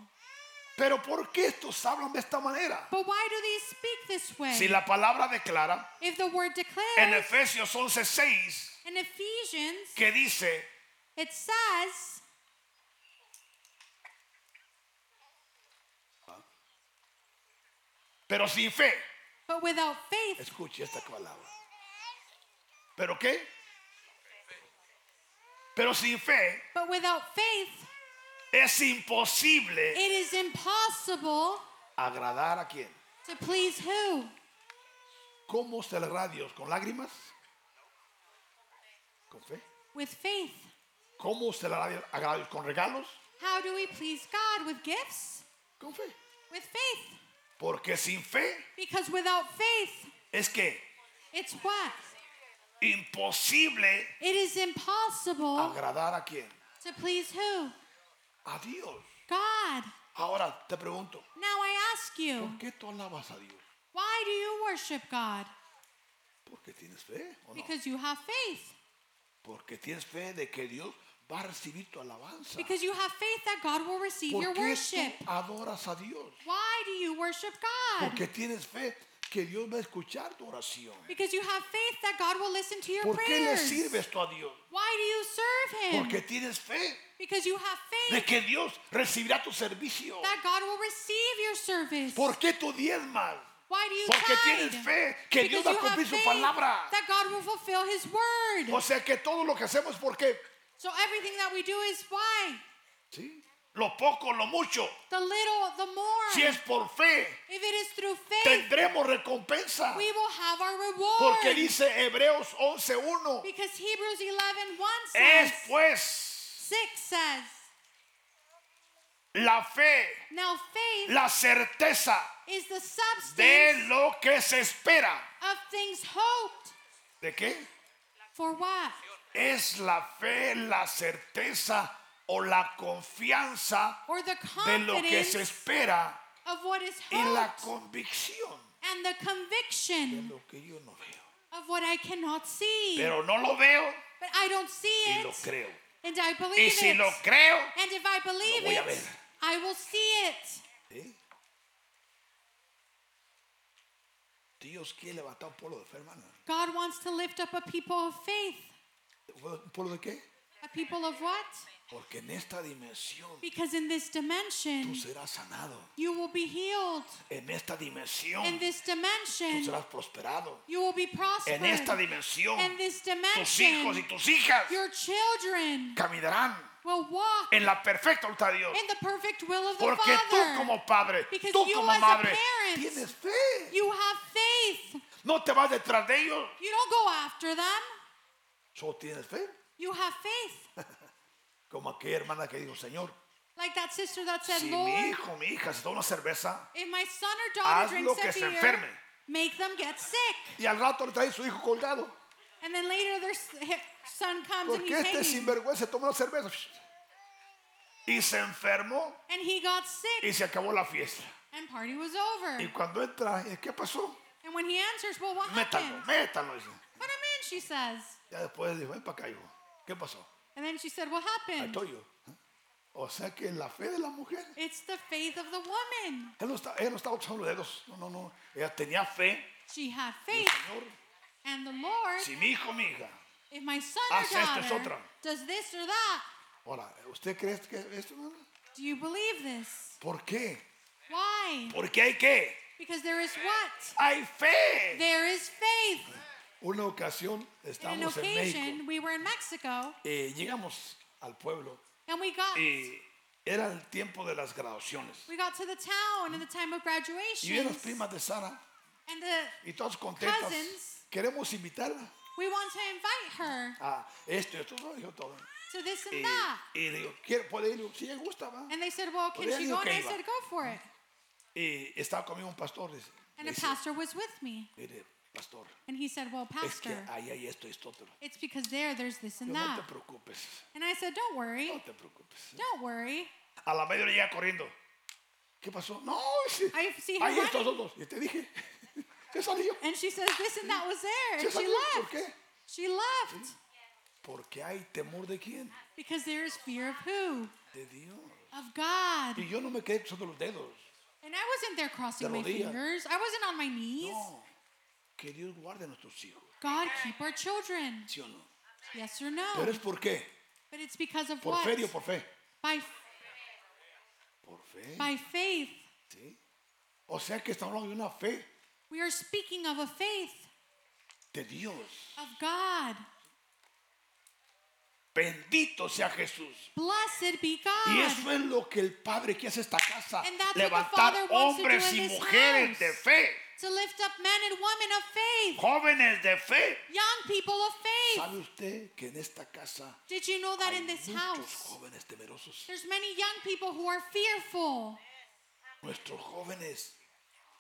Speaker 1: Pero ¿por qué estos hablan de esta manera?
Speaker 2: But why do they speak this way?
Speaker 1: Si la palabra declara
Speaker 2: if the word
Speaker 1: en
Speaker 2: declares
Speaker 1: Efesios 11:6
Speaker 2: in Ephesians,
Speaker 1: que dice,
Speaker 2: it says,
Speaker 1: pero sin fe,
Speaker 2: but without faith,
Speaker 1: escuche esta palabra. ¿Pero qué? Pero sin fe
Speaker 2: but without faith,
Speaker 1: es imposible
Speaker 2: it is impossible
Speaker 1: agradar a quién.
Speaker 2: to please who?
Speaker 1: ¿Cómo se le agrada a Dios? ¿Con lágrimas? ¿Con fe?
Speaker 2: With faith.
Speaker 1: ¿Cómo se le agrada a Dios? ¿Con regalos?
Speaker 2: How do we please God? With gifts?
Speaker 1: Con fe.
Speaker 2: With faith.
Speaker 1: Porque sin fe
Speaker 2: Because without faith,
Speaker 1: es que
Speaker 2: It's what?
Speaker 1: imposible
Speaker 2: It is impossible
Speaker 1: agradar a quién?
Speaker 2: to please who?
Speaker 1: A Dios.
Speaker 2: God.
Speaker 1: Ahora te pregunto,
Speaker 2: Now I ask you,
Speaker 1: ¿por qué tú alabas a Dios?
Speaker 2: why do you worship God?
Speaker 1: Porque tienes fe o no?
Speaker 2: Because you have faith.
Speaker 1: Porque tienes fe de que Dios va a recibir tu alabanza.
Speaker 2: Because you have faith that God will receive
Speaker 1: ¿Por
Speaker 2: your
Speaker 1: qué
Speaker 2: worship.
Speaker 1: tú adoras a Dios?
Speaker 2: Why do you worship God?
Speaker 1: Porque tienes fe que Dios va a escuchar tu oración.
Speaker 2: Because you have faith that God will listen to your
Speaker 1: ¿Por qué le
Speaker 2: prayers.
Speaker 1: sirves tú a Dios?
Speaker 2: Why do you serve
Speaker 1: Porque
Speaker 2: Him?
Speaker 1: tienes fe
Speaker 2: Because you have
Speaker 1: de
Speaker 2: faith
Speaker 1: que Dios recibirá tu servicio.
Speaker 2: that God will receive your service.
Speaker 1: ¿Por qué tú diezmas?
Speaker 2: Why do you
Speaker 1: Porque
Speaker 2: tithe?
Speaker 1: tienes fe que
Speaker 2: because
Speaker 1: Dios va a
Speaker 2: you have
Speaker 1: cumplir su
Speaker 2: faith
Speaker 1: palabra.
Speaker 2: that God will fulfill His word.
Speaker 1: O sea que todo lo que hacemos, ¿por qué?
Speaker 2: so everything that we do is why?
Speaker 1: ¿Sí? Lo poco, lo mucho.
Speaker 2: The little, the more.
Speaker 1: Si es por fe,
Speaker 2: if it is through faith,
Speaker 1: tendremos recompensa.
Speaker 2: we will have our reward.
Speaker 1: Porque dice Hebreos 11:1.
Speaker 2: because Hebrews 11, says,
Speaker 1: Es pues
Speaker 2: 6 says,
Speaker 1: la fe,
Speaker 2: Now faith
Speaker 1: la certeza
Speaker 2: is the substance
Speaker 1: de lo que se espera.
Speaker 2: of things hoped.
Speaker 1: ¿De qué?
Speaker 2: For what?
Speaker 1: Es la fe, la certeza o la confianza
Speaker 2: Or the
Speaker 1: de lo que
Speaker 2: confidence
Speaker 1: se espera
Speaker 2: of what is
Speaker 1: y la
Speaker 2: hoped.
Speaker 1: convicción
Speaker 2: And the
Speaker 1: de
Speaker 2: conviction
Speaker 1: lo que yo no veo.
Speaker 2: of what I cannot see.
Speaker 1: Pero no lo veo
Speaker 2: but I don't see
Speaker 1: y
Speaker 2: it.
Speaker 1: lo creo.
Speaker 2: And I believe
Speaker 1: Y si
Speaker 2: it.
Speaker 1: lo creo,
Speaker 2: and if I believe
Speaker 1: lo voy a
Speaker 2: it,
Speaker 1: ver.
Speaker 2: I will see it.
Speaker 1: ¿sí? Dios quiere levantar un pueblo de fe, hermano.
Speaker 2: God wants to lift up a people of faith.
Speaker 1: ¿Un pueblo de qué?
Speaker 2: A people of what?
Speaker 1: Porque en esta dimensión
Speaker 2: Because in this
Speaker 1: tú
Speaker 2: dimension,
Speaker 1: serás sanado.
Speaker 2: you will be healed.
Speaker 1: En esta dimensión
Speaker 2: In this
Speaker 1: tú
Speaker 2: dimension,
Speaker 1: serás prosperado.
Speaker 2: you will be prospered.
Speaker 1: En esta dimensión
Speaker 2: In this
Speaker 1: tus hijos y
Speaker 2: dimension,
Speaker 1: tus hijas
Speaker 2: your children
Speaker 1: caminarán
Speaker 2: will walk
Speaker 1: en la perfecta voluntad de Dios.
Speaker 2: in the perfect will of the
Speaker 1: Porque tú
Speaker 2: Father.
Speaker 1: como padre,
Speaker 2: Because
Speaker 1: tú
Speaker 2: you
Speaker 1: como
Speaker 2: as a
Speaker 1: madre,
Speaker 2: parent,
Speaker 1: tienes fe.
Speaker 2: You have faith.
Speaker 1: No te vas detrás de ellos,
Speaker 2: You don't go after them.
Speaker 1: solo tienes fe.
Speaker 2: You have faith.
Speaker 1: Como aquella hermana que dijo, Señor,
Speaker 2: Like that sister that said,
Speaker 1: si mi
Speaker 2: Lord,
Speaker 1: hijo, mi hija se toma una cerveza
Speaker 2: if my son or
Speaker 1: haz
Speaker 2: daughter
Speaker 1: lo
Speaker 2: drinks
Speaker 1: que
Speaker 2: a
Speaker 1: se
Speaker 2: beer,
Speaker 1: enferme."
Speaker 2: make them get sick.
Speaker 1: y al rato le trae su hijo colgado,
Speaker 2: And then later their s- hi- son comes and
Speaker 1: porque
Speaker 2: he's
Speaker 1: este
Speaker 2: hanging.
Speaker 1: sinvergüenza toma una cerveza y se enfermó
Speaker 2: And he got sick.
Speaker 1: y se acabó la fiesta.
Speaker 2: And party was over.
Speaker 1: Y cuando entra, eh, ¿qué pasó?
Speaker 2: And when he answers, well, what
Speaker 1: Métalo,
Speaker 2: happened?
Speaker 1: métalo. dice.
Speaker 2: What do you mean, she says.
Speaker 1: Ya después dijo, ven para acá, hijo. ¿Qué pasó?
Speaker 2: And then she said, what happened?
Speaker 1: Atoyo. ¿Eh? O sea que la fe de la mujer,
Speaker 2: It's the faith of the woman.
Speaker 1: él no, está, él no estaba usando los dedos. No, no, no. Ella tenía fe.
Speaker 2: She had
Speaker 1: Y el
Speaker 2: faith.
Speaker 1: Señor,
Speaker 2: And the Lord,
Speaker 1: si mi hijo, mi hija.
Speaker 2: if my son
Speaker 1: Haz
Speaker 2: or
Speaker 1: esto, es
Speaker 2: daughter
Speaker 1: otra.
Speaker 2: does this or that,
Speaker 1: Ahora, ¿usted cree que esto, hermano?
Speaker 2: do you believe this?
Speaker 1: ¿Por qué?
Speaker 2: Why?
Speaker 1: Porque hay que.
Speaker 2: Because there is what?
Speaker 1: Hay fe.
Speaker 2: There is faith.
Speaker 1: Una ocasión
Speaker 2: In an
Speaker 1: estamos en México.
Speaker 2: occasion, we were in Mexico
Speaker 1: eh, llegamos al pueblo
Speaker 2: and we got
Speaker 1: y era el tiempo de las graduaciones.
Speaker 2: we got to the town in the time of
Speaker 1: Y vi a las
Speaker 2: graduation.
Speaker 1: primas de Sara
Speaker 2: And the,
Speaker 1: y todas contentas.
Speaker 2: Cousins.
Speaker 1: Queremos invitarla
Speaker 2: we want to invite her
Speaker 1: a esto y esto, ¿no? dijo todo.
Speaker 2: to this
Speaker 1: Y,
Speaker 2: and that.
Speaker 1: y le digo, ¿quiere, puede ir? Si ella gusta, va.
Speaker 2: Ah. And they said, Well, can
Speaker 1: Podría
Speaker 2: she
Speaker 1: digo
Speaker 2: go? And
Speaker 1: que
Speaker 2: I
Speaker 1: iba.
Speaker 2: said, Go for it.
Speaker 1: Y estaba conmigo un pastor. Dice,
Speaker 2: And
Speaker 1: me
Speaker 2: a
Speaker 1: dice,
Speaker 2: pastor was with me.
Speaker 1: mire, pastor,
Speaker 2: And he said, Well,
Speaker 1: es que
Speaker 2: Pastor,
Speaker 1: ahí hay esto y esto. Otro.
Speaker 2: it's because there, there's this
Speaker 1: Yo,
Speaker 2: and
Speaker 1: no
Speaker 2: that.
Speaker 1: te preocupes,
Speaker 2: And I said, Don't worry.
Speaker 1: no te preocupes.
Speaker 2: Don't worry.
Speaker 1: A la media llega corriendo. ¿Qué pasó? No, dice,
Speaker 2: I see her
Speaker 1: hay estos
Speaker 2: running.
Speaker 1: otros. Y te dije, se salió.
Speaker 2: And she says, This and that was there.
Speaker 1: Se
Speaker 2: And she
Speaker 1: salió. ¿Por
Speaker 2: left.
Speaker 1: qué?
Speaker 2: She left
Speaker 1: Porque hay temor de quién?
Speaker 2: because there is fear of who?
Speaker 1: De Dios.
Speaker 2: Of God.
Speaker 1: Y yo no me quedé cruzando los dedos.
Speaker 2: And I wasn't there crossing
Speaker 1: De
Speaker 2: my
Speaker 1: rodillas.
Speaker 2: fingers. I wasn't on my knees.
Speaker 1: No. Que Dios guarde a nuestros hijos.
Speaker 2: God keep our children.
Speaker 1: ¿Sí o no?
Speaker 2: Yes or no?
Speaker 1: Pero es por qué.
Speaker 2: But it's because of
Speaker 1: ¿Por
Speaker 2: what?
Speaker 1: fe o por fe?
Speaker 2: By
Speaker 1: Por fe.
Speaker 2: by faith.
Speaker 1: ¿sí? O sea que estamos hablando de una fe
Speaker 2: We are speaking of a faith
Speaker 1: de Dios.
Speaker 2: of God.
Speaker 1: Bendito sea Jesús.
Speaker 2: Blessed be
Speaker 1: Y
Speaker 2: God.
Speaker 1: eso es lo que el Padre que hace esta casa.
Speaker 2: Ah. And that's what the
Speaker 1: Levantar
Speaker 2: Father wants to do
Speaker 1: hombres
Speaker 2: in
Speaker 1: y
Speaker 2: this
Speaker 1: mujeres
Speaker 2: house.
Speaker 1: de fe.
Speaker 2: To lift up men and women of faith,
Speaker 1: Jóvenes de fe.
Speaker 2: young people of faith.
Speaker 1: ¿Sabe usted que en esta casa
Speaker 2: Did you know that
Speaker 1: hay
Speaker 2: in this
Speaker 1: muchos
Speaker 2: house
Speaker 1: jóvenes temerosos?
Speaker 2: there's many young people who are fearful?
Speaker 1: Nuestros jóvenes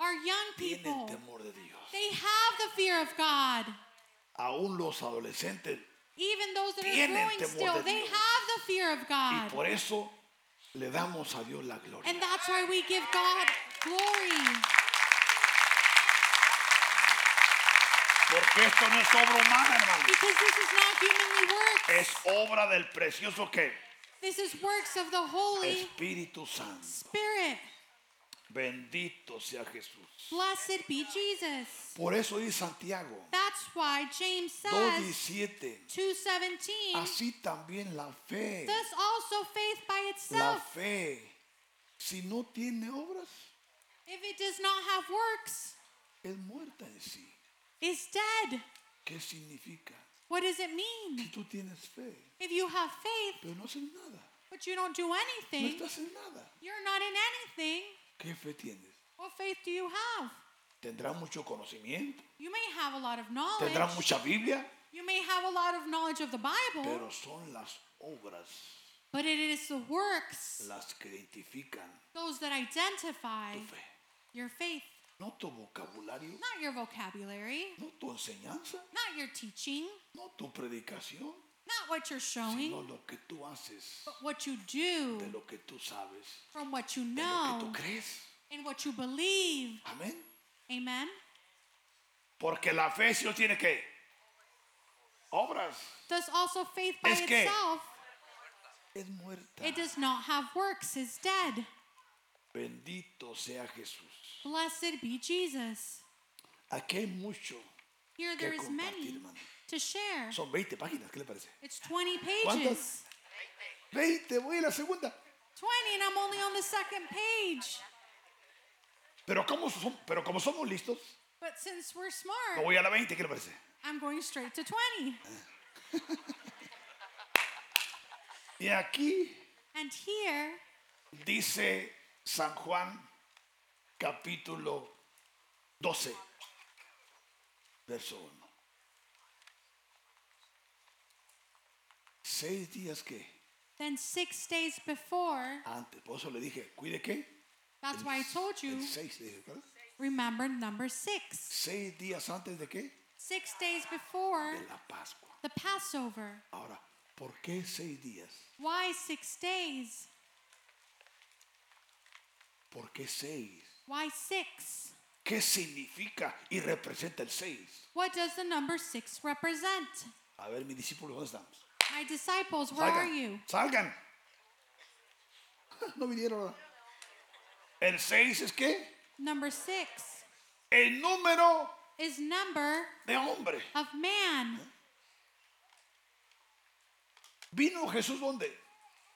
Speaker 2: Our young
Speaker 1: tienen
Speaker 2: people,
Speaker 1: temor de Dios.
Speaker 2: they have the fear of God.
Speaker 1: Aún los adolescentes.
Speaker 2: Even those that are
Speaker 1: Tienen
Speaker 2: growing
Speaker 1: temor de
Speaker 2: still, they
Speaker 1: Dios.
Speaker 2: have the fear of
Speaker 1: Y
Speaker 2: God.
Speaker 1: por eso le damos a Dios la gloria.
Speaker 2: And that's why we give God glory.
Speaker 1: Porque esto no es obra humana, hermano.
Speaker 2: Because this is not humanly works.
Speaker 1: Es obra del precioso que
Speaker 2: This is works of the Holy
Speaker 1: Espíritu Santo.
Speaker 2: Spirit.
Speaker 1: Bendito sea Jesús.
Speaker 2: Blessed be Jesus.
Speaker 1: Por eso dice Santiago
Speaker 2: That's why James says
Speaker 1: 2:17.
Speaker 2: 2:17,
Speaker 1: Así también la fe,
Speaker 2: thus also faith by
Speaker 1: la
Speaker 2: itself,
Speaker 1: fe, si no tiene obras,
Speaker 2: if it does not have works,
Speaker 1: es muerta en sí.
Speaker 2: is dead.
Speaker 1: ¿Qué significa?
Speaker 2: What does it
Speaker 1: Si
Speaker 2: mean?
Speaker 1: tú tienes fe,
Speaker 2: If you have faith,
Speaker 1: pero no haces nada,
Speaker 2: but you don't do
Speaker 1: no
Speaker 2: anything,
Speaker 1: estás en nada,
Speaker 2: you're not in anything.
Speaker 1: ¿qué fe tienes?
Speaker 2: What faith do you have?
Speaker 1: Tendrás mucho conocimiento,
Speaker 2: You may have a lot of
Speaker 1: tendrás
Speaker 2: knowledge.
Speaker 1: mucha Biblia,
Speaker 2: You may have a lot of knowledge of the Bible,
Speaker 1: pero son las obras
Speaker 2: but it is the works,
Speaker 1: las que identifican
Speaker 2: those that identify
Speaker 1: tu fe.
Speaker 2: your faith,
Speaker 1: No tu vocabulario,
Speaker 2: not your vocabulary,
Speaker 1: no tu enseñanza,
Speaker 2: not your teaching,
Speaker 1: no tu predicación,
Speaker 2: not what you're showing,
Speaker 1: sino lo que tú haces,
Speaker 2: but what you do
Speaker 1: de lo que tú sabes,
Speaker 2: from what you
Speaker 1: de lo que tú
Speaker 2: know
Speaker 1: crees.
Speaker 2: and what you believe.
Speaker 1: Amén.
Speaker 2: Amen.
Speaker 1: Porque la fe sí no tiene que obras.
Speaker 2: Thus also faith by
Speaker 1: Es que-
Speaker 2: itself,
Speaker 1: Es muerta.
Speaker 2: it does not have works, is dead.
Speaker 1: Bendito sea Jesús.
Speaker 2: Blessed be Jesus.
Speaker 1: Aquí hay mucho
Speaker 2: Here there
Speaker 1: que
Speaker 2: is
Speaker 1: compartir,
Speaker 2: many
Speaker 1: hermano.
Speaker 2: to share.
Speaker 1: Son 20 páginas, ¿qué le parece?
Speaker 2: It's 20
Speaker 1: ¿Cuántas?
Speaker 2: pages.
Speaker 1: 20, voy a la segunda.
Speaker 2: 20 and I'm only on the second page.
Speaker 1: Pero como, son- pero como somos listos,
Speaker 2: But since we're
Speaker 1: me
Speaker 2: smart,
Speaker 1: voy a la 20, ¿qué le parece?
Speaker 2: I'm going straight to 20.
Speaker 1: Y aquí
Speaker 2: And here
Speaker 1: dice San Juan capítulo 12, verso 1. Seis días que
Speaker 2: Then six days before,
Speaker 1: antes, por eso le dije, cuide qué.
Speaker 2: that's why I told you,
Speaker 1: El seis, le dije, ¿verdad?
Speaker 2: remember number six.
Speaker 1: Seis días antes de qué?
Speaker 2: Six days before
Speaker 1: De la Pascua.
Speaker 2: the Passover.
Speaker 1: Ahora, ¿por qué seis días?
Speaker 2: Why six days?
Speaker 1: ¿Por qué seis?
Speaker 2: Why six?
Speaker 1: ¿Qué significa y representa el seis?
Speaker 2: What does the number six represent?
Speaker 1: A ver, mis discípulos, ¿dónde estamos?
Speaker 2: My disciples, where are you?
Speaker 1: Salgan. Salgan. No vinieron. ¿verdad? El 6 es qué?
Speaker 2: Number six
Speaker 1: El número
Speaker 2: is number
Speaker 1: de hombre.
Speaker 2: of man.
Speaker 1: ¿Vino Jesús dónde?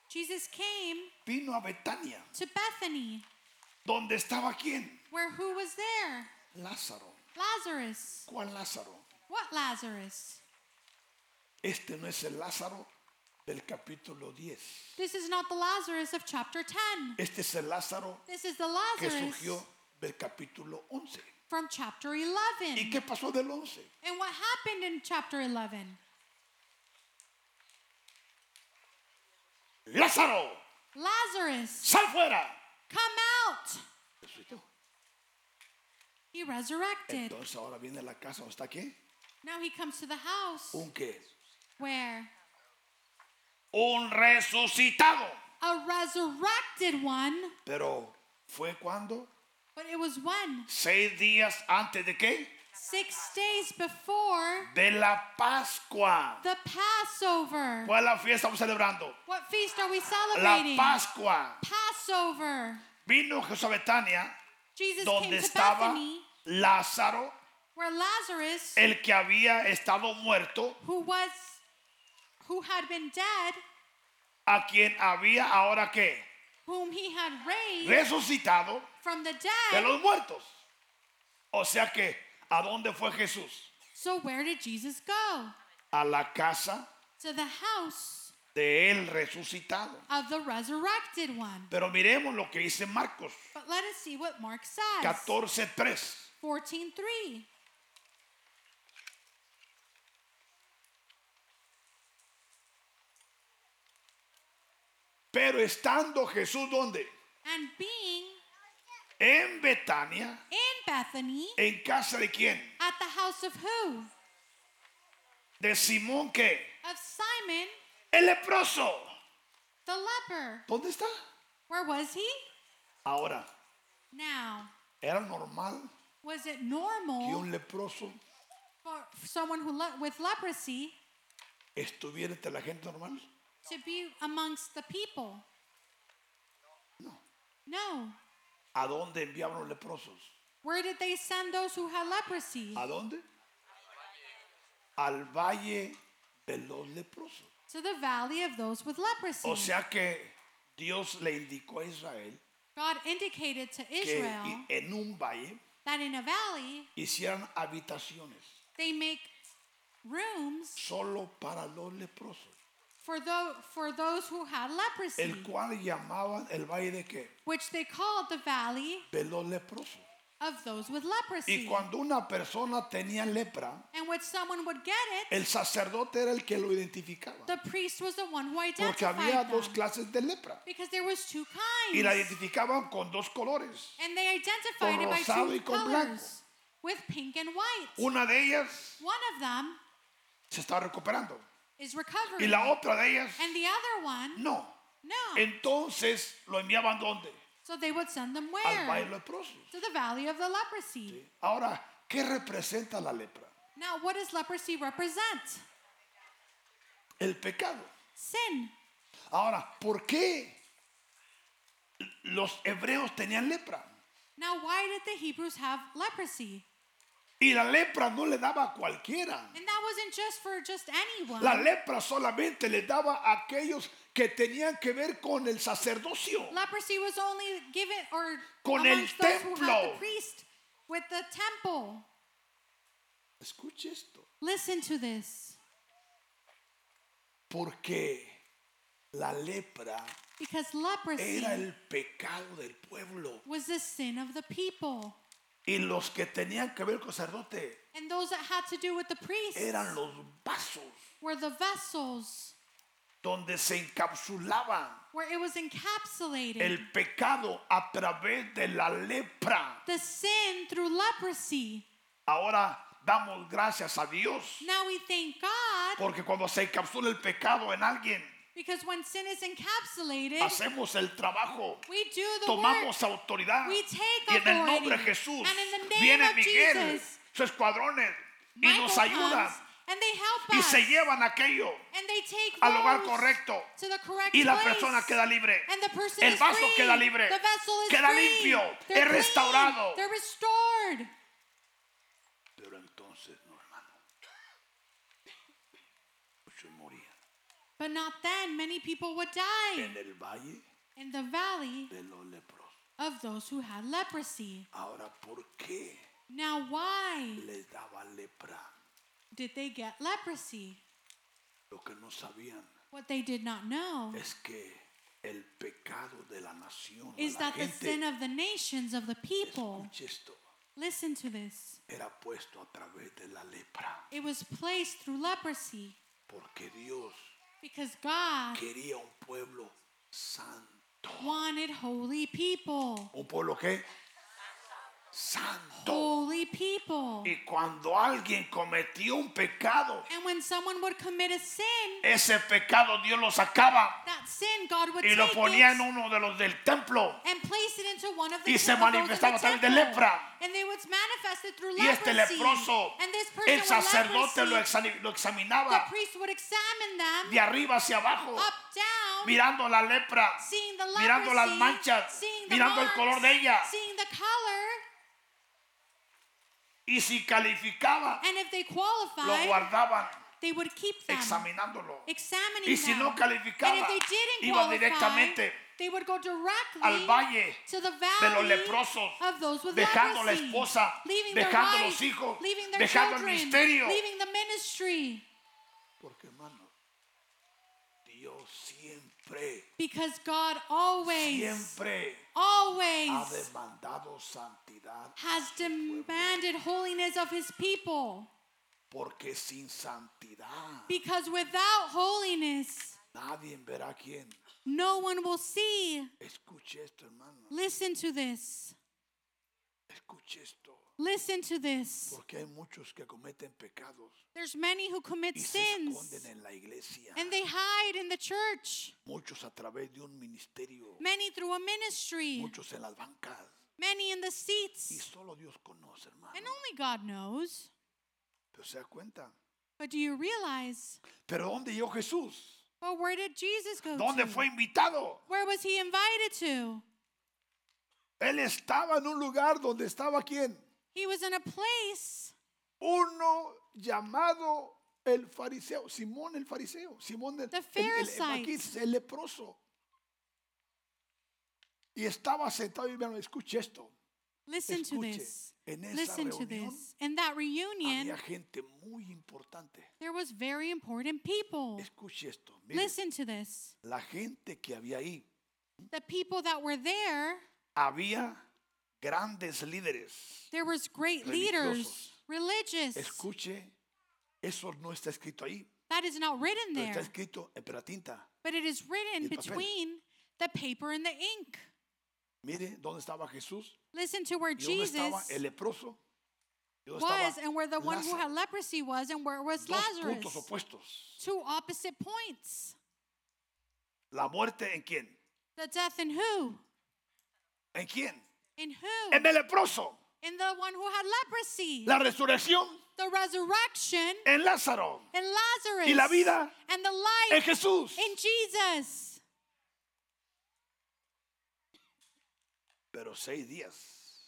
Speaker 2: Jesus came
Speaker 1: Vino a Betania.
Speaker 2: to Bethany,
Speaker 1: ¿Dónde estaba quién?
Speaker 2: where who was there?
Speaker 1: Lázaro.
Speaker 2: Lazarus.
Speaker 1: ¿Cuál Lázaro?
Speaker 2: What Lazarus?
Speaker 1: Este no es el Lázaro del capítulo 10.
Speaker 2: This is not the Lazarus of chapter 10.
Speaker 1: Este es el Lázaro
Speaker 2: This is the
Speaker 1: que
Speaker 2: Lazarus
Speaker 1: surgió del capítulo 11.
Speaker 2: from chapter
Speaker 1: ¿Y
Speaker 2: 11.
Speaker 1: qué pasó del 11?
Speaker 2: And what happened in chapter 11?
Speaker 1: Lázaro,
Speaker 2: Lazarus,
Speaker 1: sal fuera.
Speaker 2: come out!
Speaker 1: Resucitó.
Speaker 2: He resurrected.
Speaker 1: Entonces ahora viene a la casa donde está quién?
Speaker 2: Now he comes to the house
Speaker 1: ¿Un qué?
Speaker 2: where
Speaker 1: un resucitado.
Speaker 2: a resurrected one,
Speaker 1: Pero fue cuando?
Speaker 2: but it was when?
Speaker 1: Seis días antes de qué?
Speaker 2: Six days before
Speaker 1: De la Pascua.
Speaker 2: the Passover.
Speaker 1: ¿Cuál es la fiesta estamos celebrando?
Speaker 2: What feast are we
Speaker 1: La
Speaker 2: celebrating?
Speaker 1: Pascua.
Speaker 2: Passover.
Speaker 1: Vino Jesús a Betania,
Speaker 2: Jesus came
Speaker 1: donde
Speaker 2: to
Speaker 1: estaba
Speaker 2: Bethany,
Speaker 1: Lázaro,
Speaker 2: where Lazarus,
Speaker 1: el que había estado muerto,
Speaker 2: who was, who had been dead,
Speaker 1: a quien había ahora qué?
Speaker 2: whom he had raised
Speaker 1: Resucitado
Speaker 2: from the
Speaker 1: de
Speaker 2: dead.
Speaker 1: los muertos. O sea que, ¿a dónde fue Jesús?
Speaker 2: So where did Jesus go?
Speaker 1: A la casa
Speaker 2: To the house
Speaker 1: de él resucitado.
Speaker 2: of the resurrected one.
Speaker 1: Pero miremos lo que dice Marcos
Speaker 2: But let us see what Mark says.
Speaker 1: 14:3.
Speaker 2: 14:3.
Speaker 1: Pero estando Jesús donde?
Speaker 2: And being
Speaker 1: En Betania,
Speaker 2: in Bethany,
Speaker 1: en casa de quién?
Speaker 2: at the house of who?
Speaker 1: De Simón que
Speaker 2: Of Simon
Speaker 1: el leproso.
Speaker 2: the leper.
Speaker 1: ¿Dónde está?
Speaker 2: Where was he?
Speaker 1: Ahora,
Speaker 2: Now,
Speaker 1: era normal
Speaker 2: was it
Speaker 1: que
Speaker 2: normal
Speaker 1: un leproso
Speaker 2: for someone who le- with leprosy
Speaker 1: estuviera entre la gente normal?
Speaker 2: to be amongst the people?
Speaker 1: No.
Speaker 2: No.
Speaker 1: ¿A dónde enviaban los leprosos?
Speaker 2: Where did they send those who had leprosy?
Speaker 1: ¿A dónde? Al valle de los leprosos.
Speaker 2: To the valley of those with leprosy.
Speaker 1: O sea que Dios le indicó a Israel
Speaker 2: God indicated to
Speaker 1: que
Speaker 2: Israel
Speaker 1: en un valle
Speaker 2: that in a valley
Speaker 1: hicieran habitaciones
Speaker 2: they make rooms
Speaker 1: solo para los leprosos,
Speaker 2: for, tho- for those who had leprosy,
Speaker 1: el cual llamaban el valle de qué?
Speaker 2: which they called the valley
Speaker 1: De los leprosos.
Speaker 2: of those with
Speaker 1: Y
Speaker 2: leprosy.
Speaker 1: cuando una persona tenía lepra,
Speaker 2: And when someone would get it,
Speaker 1: el sacerdote era el que lo identificaba,
Speaker 2: the priest was the one who
Speaker 1: porque había
Speaker 2: identified them.
Speaker 1: dos clases de lepra
Speaker 2: Because there was two
Speaker 1: y la
Speaker 2: kinds.
Speaker 1: identificaban con dos colores.
Speaker 2: And they identified it by
Speaker 1: rosado y
Speaker 2: two
Speaker 1: con
Speaker 2: colors. With pink and white.
Speaker 1: Una de ellas
Speaker 2: One of them
Speaker 1: se está recuperando
Speaker 2: is
Speaker 1: y
Speaker 2: recovering.
Speaker 1: la otra de ellas
Speaker 2: And the other one,
Speaker 1: no.
Speaker 2: no.
Speaker 1: Entonces lo enviaban dónde?
Speaker 2: So they would send them
Speaker 1: Al
Speaker 2: where?
Speaker 1: valle de los leprosos.
Speaker 2: To the valley of the leprosy.
Speaker 1: Ahora, ¿qué representa la lepra?
Speaker 2: Now, what does leprosy represent?
Speaker 1: El pecado.
Speaker 2: Sin.
Speaker 1: Ahora, ¿por qué los hebreos tenían lepra?
Speaker 2: Now, why did the Hebrews have leprosy?
Speaker 1: Y la lepra no le daba a cualquiera.
Speaker 2: And that wasn't just for just anyone.
Speaker 1: La lepra solamente le daba a aquellos que tenían que ver con el sacerdocio.
Speaker 2: Leprosy was only given or
Speaker 1: Con el
Speaker 2: amongst those who had
Speaker 1: templo.
Speaker 2: the priest with the temple.
Speaker 1: Escuche esto.
Speaker 2: Listen to this.
Speaker 1: Porque la lepra
Speaker 2: Because leprosy
Speaker 1: era el pecado del pueblo.
Speaker 2: was the sin of the people.
Speaker 1: Y los que tenían que ver con el sacerdote
Speaker 2: And those that had to do with the priests
Speaker 1: eran los vasos
Speaker 2: were the vessels
Speaker 1: donde se encapsulaba
Speaker 2: where it was encapsulated.
Speaker 1: el pecado a través de la lepra.
Speaker 2: the sin through leprosy.
Speaker 1: Ahora damos gracias a Dios
Speaker 2: Now we thank God
Speaker 1: porque cuando se encapsula el pecado en alguien,
Speaker 2: because when sin is encapsulated,
Speaker 1: hacemos el trabajo.
Speaker 2: we do the work.
Speaker 1: Tomamos autoridad.
Speaker 2: We take
Speaker 1: Y en el nombre de
Speaker 2: authority.
Speaker 1: Jesús
Speaker 2: And in the name
Speaker 1: viene
Speaker 2: of
Speaker 1: Miguel,
Speaker 2: Jesus,
Speaker 1: sus escuadrones, y
Speaker 2: Michael
Speaker 1: nos ayudan.
Speaker 2: comes, and they help
Speaker 1: Y
Speaker 2: us.
Speaker 1: se llevan aquello
Speaker 2: and they take
Speaker 1: al lugar
Speaker 2: those
Speaker 1: correcto.
Speaker 2: to the correct
Speaker 1: Y la
Speaker 2: place.
Speaker 1: persona queda libre.
Speaker 2: And the person
Speaker 1: El
Speaker 2: is
Speaker 1: vaso
Speaker 2: free.
Speaker 1: queda libre.
Speaker 2: The vessel is
Speaker 1: Queda
Speaker 2: free.
Speaker 1: limpio.
Speaker 2: They're
Speaker 1: Es restaurado.
Speaker 2: clean. They're restored.
Speaker 1: Pero entonces, no, hermano. Muchos morían.
Speaker 2: But not then. Many people would die
Speaker 1: En el valle
Speaker 2: in the valley
Speaker 1: de los leprosos.
Speaker 2: of those who had leprosy.
Speaker 1: Ahora, ¿por qué
Speaker 2: Now, why
Speaker 1: les daba lepra?
Speaker 2: did they get leprosy?
Speaker 1: Lo que no sabían
Speaker 2: What they did not know
Speaker 1: es que el pecado de la nación o
Speaker 2: is
Speaker 1: la
Speaker 2: that the sin
Speaker 1: gente
Speaker 2: of the nations of the people.
Speaker 1: escuche esto,
Speaker 2: Listen to this.
Speaker 1: era puesto a través de la lepra
Speaker 2: It was placed through leprosy
Speaker 1: porque Dios
Speaker 2: because God
Speaker 1: quería un pueblo santo
Speaker 2: wanted holy people.
Speaker 1: un pueblo que santo
Speaker 2: Holy people.
Speaker 1: y cuando alguien cometió un pecado
Speaker 2: And when someone would commit a sin,
Speaker 1: ese pecado Dios lo sacaba
Speaker 2: that sin God would
Speaker 1: y
Speaker 2: take
Speaker 1: lo ponía en
Speaker 2: it
Speaker 1: uno de los del templo
Speaker 2: and place it into one of the
Speaker 1: Y se
Speaker 2: of those in the
Speaker 1: manifestaba a través de
Speaker 2: temple.
Speaker 1: lepra.
Speaker 2: And they would manifest it through
Speaker 1: y este
Speaker 2: leprosy.
Speaker 1: leproso
Speaker 2: and this person
Speaker 1: el
Speaker 2: with
Speaker 1: sacerdote lo
Speaker 2: leprosy,
Speaker 1: exami- lo
Speaker 2: the
Speaker 1: examinaba
Speaker 2: priest would examine them
Speaker 1: de arriba hacia abajo
Speaker 2: up down
Speaker 1: mirando la lepra
Speaker 2: seeing the
Speaker 1: mirando las
Speaker 2: leprosy,
Speaker 1: manchas,
Speaker 2: seeing the
Speaker 1: mirando el
Speaker 2: marks,
Speaker 1: color de ella.
Speaker 2: seeing the color
Speaker 1: y si calificaba
Speaker 2: and if they
Speaker 1: lo
Speaker 2: qualified
Speaker 1: guardaban
Speaker 2: they would keep them
Speaker 1: examinándolo
Speaker 2: examining
Speaker 1: Y si
Speaker 2: them
Speaker 1: no
Speaker 2: and
Speaker 1: calificaba,
Speaker 2: if they didn't
Speaker 1: iba
Speaker 2: qualify
Speaker 1: directamente
Speaker 2: they would go directly
Speaker 1: al valle
Speaker 2: to the
Speaker 1: de los
Speaker 2: valley
Speaker 1: leprosos,
Speaker 2: of those with
Speaker 1: dejando la
Speaker 2: leprosy,
Speaker 1: esposa,
Speaker 2: leaving
Speaker 1: dejando
Speaker 2: their
Speaker 1: los
Speaker 2: wife,
Speaker 1: hijos,
Speaker 2: leaving their
Speaker 1: dejando el
Speaker 2: children,
Speaker 1: ministerio.
Speaker 2: leaving the ministry
Speaker 1: Porque hermano, Dios siempre,
Speaker 2: because God always
Speaker 1: siempre ha
Speaker 2: always
Speaker 1: demandado santidad.
Speaker 2: has demanded holiness of his people
Speaker 1: Porque sin santidad
Speaker 2: because without holiness
Speaker 1: nadie verá a quién.
Speaker 2: No one will see.
Speaker 1: Escuche esto, hermano.
Speaker 2: Listen to this.
Speaker 1: Escuche esto.
Speaker 2: Listen to this.
Speaker 1: Porque hay muchos que cometen pecados
Speaker 2: There's many who commit
Speaker 1: y se
Speaker 2: sins
Speaker 1: esconden en la iglesia.
Speaker 2: and they hide in the church.
Speaker 1: Muchos a través de un ministerio.
Speaker 2: Many through a ministry,
Speaker 1: Muchos en las bancas.
Speaker 2: many in the
Speaker 1: Y
Speaker 2: seats.
Speaker 1: solo Dios conoce, hermano.
Speaker 2: And only God knows.
Speaker 1: Pero se da cuenta.
Speaker 2: But do you realize?
Speaker 1: Pero ¿dónde llegó Jesús?
Speaker 2: Well, where did Jesus go
Speaker 1: ¿Dónde
Speaker 2: to?
Speaker 1: fue invitado?
Speaker 2: Where was he invited to?
Speaker 1: Él estaba en un lugar donde estaba quién?
Speaker 2: He was in a place
Speaker 1: Uno llamado el fariseo, Simón el fariseo, Simón el,
Speaker 2: The
Speaker 1: el- el- el- aquí
Speaker 2: Pharisite.
Speaker 1: es el leproso. Y estaba sentado y me escuché esto.
Speaker 2: Listen to
Speaker 1: Escuche,
Speaker 2: this.
Speaker 1: en esa
Speaker 2: Listen to
Speaker 1: reunión
Speaker 2: this. In that reunion,
Speaker 1: Había gente muy importante.
Speaker 2: there was very important people.
Speaker 1: Escuche esto. mire,
Speaker 2: Listen to this.
Speaker 1: la gente que había ahí.
Speaker 2: The people that were there,
Speaker 1: Había grandes líderes.
Speaker 2: there was great leaders, religious.
Speaker 1: Escuche, eso no está escrito ahí.
Speaker 2: That is not written
Speaker 1: Pero está
Speaker 2: there,
Speaker 1: escrito en pura tinta.
Speaker 2: but it is written
Speaker 1: el papel.
Speaker 2: between the paper and the ink.
Speaker 1: Mire dónde estaba Jesús.
Speaker 2: Listen to where
Speaker 1: Y dónde estaba
Speaker 2: Jesus
Speaker 1: el leproso. Y dónde
Speaker 2: was
Speaker 1: estaba
Speaker 2: and where the one who
Speaker 1: Lázaro.
Speaker 2: had leprosy was and where was
Speaker 1: Dos puntos
Speaker 2: Lazarus.
Speaker 1: opuestos.
Speaker 2: Two opposite points.
Speaker 1: La muerte en quién?
Speaker 2: The death in who?
Speaker 1: ¿En quién?
Speaker 2: In who?
Speaker 1: En el leproso.
Speaker 2: In the one who had leprosy.
Speaker 1: La resurrección
Speaker 2: The resurrection
Speaker 1: en Lázaro.
Speaker 2: in Lazarus.
Speaker 1: Y la vida
Speaker 2: and the
Speaker 1: En
Speaker 2: life
Speaker 1: Jesús.
Speaker 2: in Jesus.
Speaker 1: Pero seis días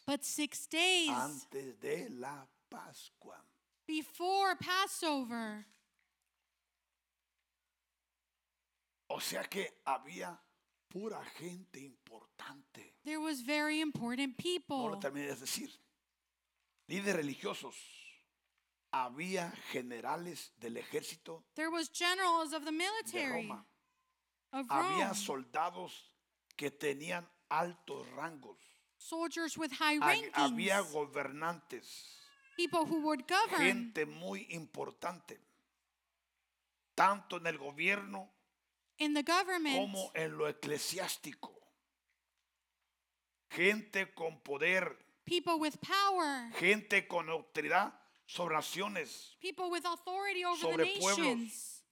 Speaker 2: But six days
Speaker 1: antes de la Pascua.
Speaker 2: before Passover,
Speaker 1: O sea que había pura gente importante.
Speaker 2: there was very important
Speaker 1: No lo
Speaker 2: people.
Speaker 1: terminé de decir. Líderes religiosos. Había generales del ejército
Speaker 2: There was generals of the
Speaker 1: de
Speaker 2: military
Speaker 1: Roma.
Speaker 2: of Rome,
Speaker 1: Había soldados que tenían altos rangos.
Speaker 2: soldiers with high
Speaker 1: Ha- Había
Speaker 2: rankings,
Speaker 1: gobernantes.
Speaker 2: people who would govern.
Speaker 1: gente muy importante, tanto en el gobierno
Speaker 2: in the government,
Speaker 1: como en lo eclesiástico. Gente con poder,
Speaker 2: people with power,
Speaker 1: gente con autoridad sobre naciones,
Speaker 2: people with authority over the
Speaker 1: sobre pueblos.
Speaker 2: nations,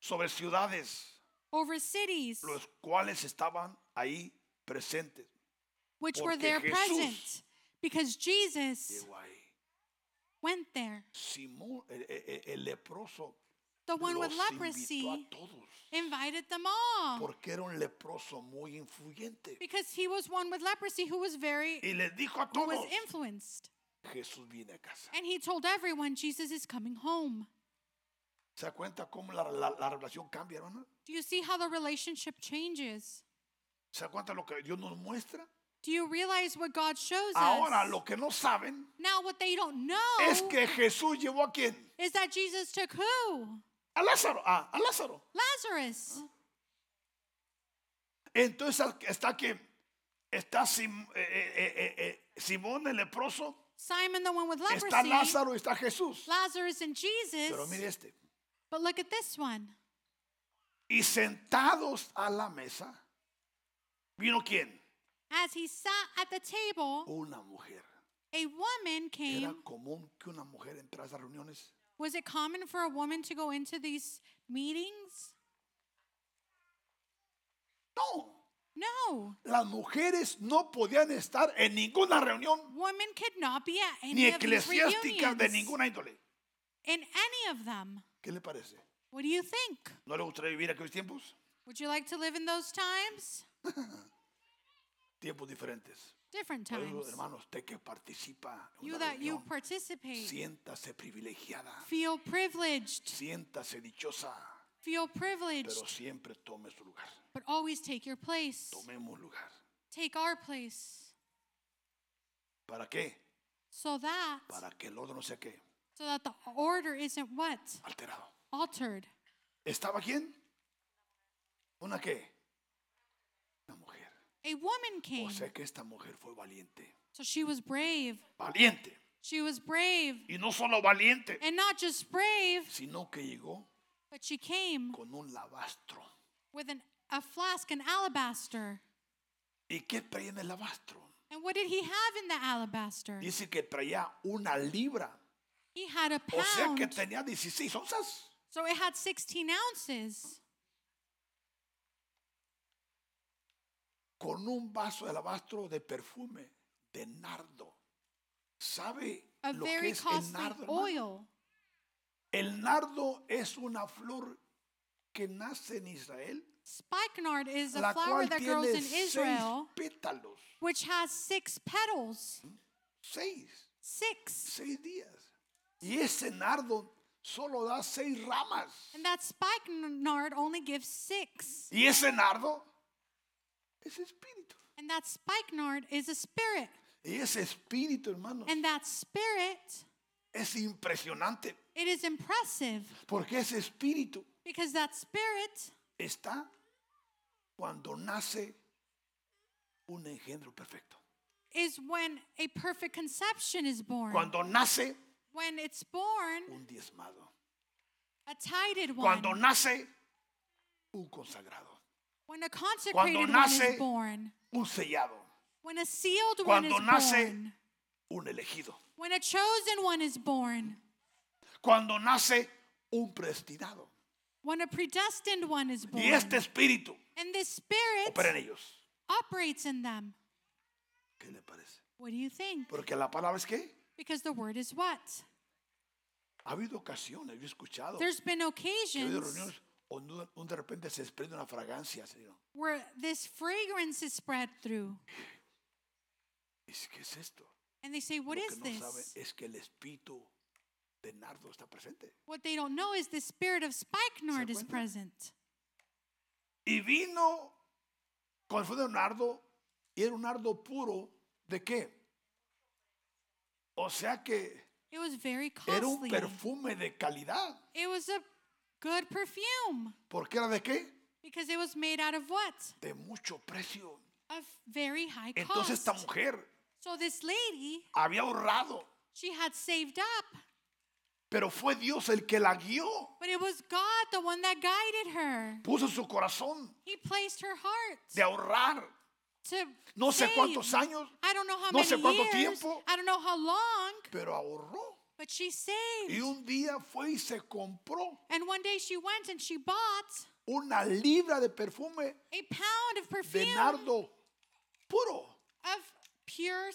Speaker 1: sobre ciudades,
Speaker 2: over cities,
Speaker 1: los cuales estaban ahí presentes.
Speaker 2: which were
Speaker 1: porque
Speaker 2: there
Speaker 1: Jesús
Speaker 2: present because Jesus
Speaker 1: Llegó ahí.
Speaker 2: went there.
Speaker 1: Simón, el, el- el leproso,
Speaker 2: The one with
Speaker 1: los invitó
Speaker 2: leprosy
Speaker 1: a todos,
Speaker 2: invited them all
Speaker 1: porque era un leproso muy influyente.
Speaker 2: because he was one with leprosy who was very
Speaker 1: Y les dijo a
Speaker 2: who was
Speaker 1: todos,
Speaker 2: influenced.
Speaker 1: Jesús viene a casa.
Speaker 2: And he told everyone Jesus is coming home.
Speaker 1: ¿Se da cuenta cómo la, la- la relación cambia, hermana?
Speaker 2: Do you see how the relationship changes?
Speaker 1: ¿Se da cuenta lo que Dios nos muestra?
Speaker 2: Do you realize what God shows
Speaker 1: Ahora,
Speaker 2: us?
Speaker 1: lo que no saben
Speaker 2: Now what they don't know
Speaker 1: es que Jesús llevó a quién?
Speaker 2: is that Jesus took who?
Speaker 1: A Lázaro. Ah, a Lázaro.
Speaker 2: Lazarus.
Speaker 1: Entonces está que está Sim- eh, eh, eh, eh, eh, Simón el leproso,
Speaker 2: Simon, the one with
Speaker 1: está
Speaker 2: leprosy.
Speaker 1: Lázaro y está Jesús.
Speaker 2: Lazarus and
Speaker 1: Pero
Speaker 2: Jesus.
Speaker 1: mire este.
Speaker 2: But look at this one.
Speaker 1: Y sentados a la mesa, vino quién?
Speaker 2: As he sat at the table,
Speaker 1: Una mujer.
Speaker 2: a woman
Speaker 1: ¿Era
Speaker 2: came.
Speaker 1: común que una mujer entrara a esas reuniones?
Speaker 2: Was it common for a woman to go into these meetings?
Speaker 1: No.
Speaker 2: No.
Speaker 1: Las mujeres no podían estar en ninguna reunión
Speaker 2: Women could not be at
Speaker 1: ni
Speaker 2: any of these
Speaker 1: eclesiástica de
Speaker 2: reunions.
Speaker 1: ninguna índole.
Speaker 2: In any of them.
Speaker 1: ¿Qué le parece?
Speaker 2: What do you think?
Speaker 1: ¿No le gustaría vivir aquellos tiempos?
Speaker 2: Would you like to live in those times?
Speaker 1: Tiempos diferentes.
Speaker 2: Different
Speaker 1: Por eso,
Speaker 2: times.
Speaker 1: hermano, usted que participa en
Speaker 2: You
Speaker 1: una
Speaker 2: that you
Speaker 1: reunión,
Speaker 2: participate.
Speaker 1: siéntase privilegiada,
Speaker 2: Feel privileged.
Speaker 1: siéntase dichosa,
Speaker 2: Feel privileged.
Speaker 1: pero siempre tome su lugar.
Speaker 2: But always take your place.
Speaker 1: Tomemos lugar.
Speaker 2: Take our place.
Speaker 1: ¿Para qué?
Speaker 2: So that
Speaker 1: Para que el orden no sea qué?
Speaker 2: so that the order isn't what?
Speaker 1: Alterado.
Speaker 2: Altered.
Speaker 1: ¿Estaba quién? ¿Una qué? Una mujer.
Speaker 2: A woman came.
Speaker 1: O sea que esta mujer fue valiente.
Speaker 2: So she was brave.
Speaker 1: Valiente.
Speaker 2: She was brave.
Speaker 1: Y no solo valiente,
Speaker 2: And not just brave,
Speaker 1: sino que llegó
Speaker 2: but she came
Speaker 1: con un lavastro.
Speaker 2: with an a flask and alabaster.
Speaker 1: ¿Y qué traía en el alabastro?
Speaker 2: And what did he have in the alabaster?
Speaker 1: Dice que traía una libra.
Speaker 2: He had a
Speaker 1: O sea que
Speaker 2: pound.
Speaker 1: tenía 16 onzas.
Speaker 2: So it had 16 ounces
Speaker 1: Con un vaso de alabastro de perfume de nardo. ¿Sabe
Speaker 2: a
Speaker 1: lo que
Speaker 2: very
Speaker 1: es el
Speaker 2: costly
Speaker 1: nardo? hermano?
Speaker 2: oil.
Speaker 1: El nardo es una flor que nace en Israel,
Speaker 2: Spikenard is a
Speaker 1: la
Speaker 2: flower
Speaker 1: cual
Speaker 2: that grows
Speaker 1: tiene
Speaker 2: in
Speaker 1: seis
Speaker 2: Israel,
Speaker 1: pétalos.
Speaker 2: which has six petals.
Speaker 1: Seis.
Speaker 2: Six.
Speaker 1: Seis días. Y ese nardo solo da seis ramas.
Speaker 2: And that spikenard only gives six.
Speaker 1: Y ese nardo es espíritu.
Speaker 2: And that spikenard is a spirit.
Speaker 1: Y ese espíritu, hermano,
Speaker 2: And that spirit,
Speaker 1: es impresionante.
Speaker 2: it is impressive
Speaker 1: Porque ese espíritu
Speaker 2: because that spirit
Speaker 1: está cuando nace un engendro perfecto.
Speaker 2: is when a perfect conception is born.
Speaker 1: Cuando nace
Speaker 2: When it's born,
Speaker 1: un diezmado.
Speaker 2: a tided one.
Speaker 1: Cuando nace un consagrado.
Speaker 2: When a consecrated one
Speaker 1: nace-
Speaker 2: is born.
Speaker 1: Un sellado.
Speaker 2: When a sealed one
Speaker 1: Cuando
Speaker 2: is
Speaker 1: nace-
Speaker 2: born.
Speaker 1: Un elegido.
Speaker 2: When a chosen one is born.
Speaker 1: Cuando nace un predestinado.
Speaker 2: When a predestined one is born.
Speaker 1: Y este espíritu
Speaker 2: and this spirit
Speaker 1: opera en ellos.
Speaker 2: operates in them.
Speaker 1: ¿Qué le parece?
Speaker 2: What do you think?
Speaker 1: Porque la palabra es que
Speaker 2: Because the word is what?
Speaker 1: ha habido ocasiones, yo he escuchado,
Speaker 2: There's been
Speaker 1: he habido
Speaker 2: occasions
Speaker 1: reuniones donde de- donde de repente se desprende una fragancia, Señor.
Speaker 2: where this fragrance is spread through.
Speaker 1: Dice, ¿qué es esto?
Speaker 2: And they say, What
Speaker 1: Lo
Speaker 2: is
Speaker 1: que no sabe
Speaker 2: this?
Speaker 1: es que el espíritu de nardo está presente.
Speaker 2: What they don't know is the spirit of spikenard is
Speaker 1: cuenta?
Speaker 2: present.
Speaker 1: Y vino cuando fue de un nardo y era un nardo puro. ¿De qué? O sea que
Speaker 2: It was very
Speaker 1: era un
Speaker 2: costly.
Speaker 1: perfume de calidad.
Speaker 2: It was a good perfume
Speaker 1: Porque era de qué?
Speaker 2: because it was made out of what?
Speaker 1: De mucho precio.
Speaker 2: Of very high cost.
Speaker 1: Entonces esta mujer
Speaker 2: so this lady,
Speaker 1: había ahorrado,
Speaker 2: she had saved up,
Speaker 1: pero fue Dios el que la guió.
Speaker 2: but it was God the one that guided her.
Speaker 1: Puso en su corazón
Speaker 2: He placed her heart
Speaker 1: de ahorrar
Speaker 2: to
Speaker 1: no sé
Speaker 2: save.
Speaker 1: cuántos años,
Speaker 2: I don't know how
Speaker 1: no
Speaker 2: many
Speaker 1: sé cuánto
Speaker 2: years.
Speaker 1: tiempo.
Speaker 2: I don't know how long,
Speaker 1: pero ahorró.
Speaker 2: but she
Speaker 1: Y
Speaker 2: saved.
Speaker 1: un día fue y se compró
Speaker 2: And one day she went and she bought
Speaker 1: una libra de perfume
Speaker 2: a pound of
Speaker 1: de
Speaker 2: perfume
Speaker 1: nardo puro
Speaker 2: of pure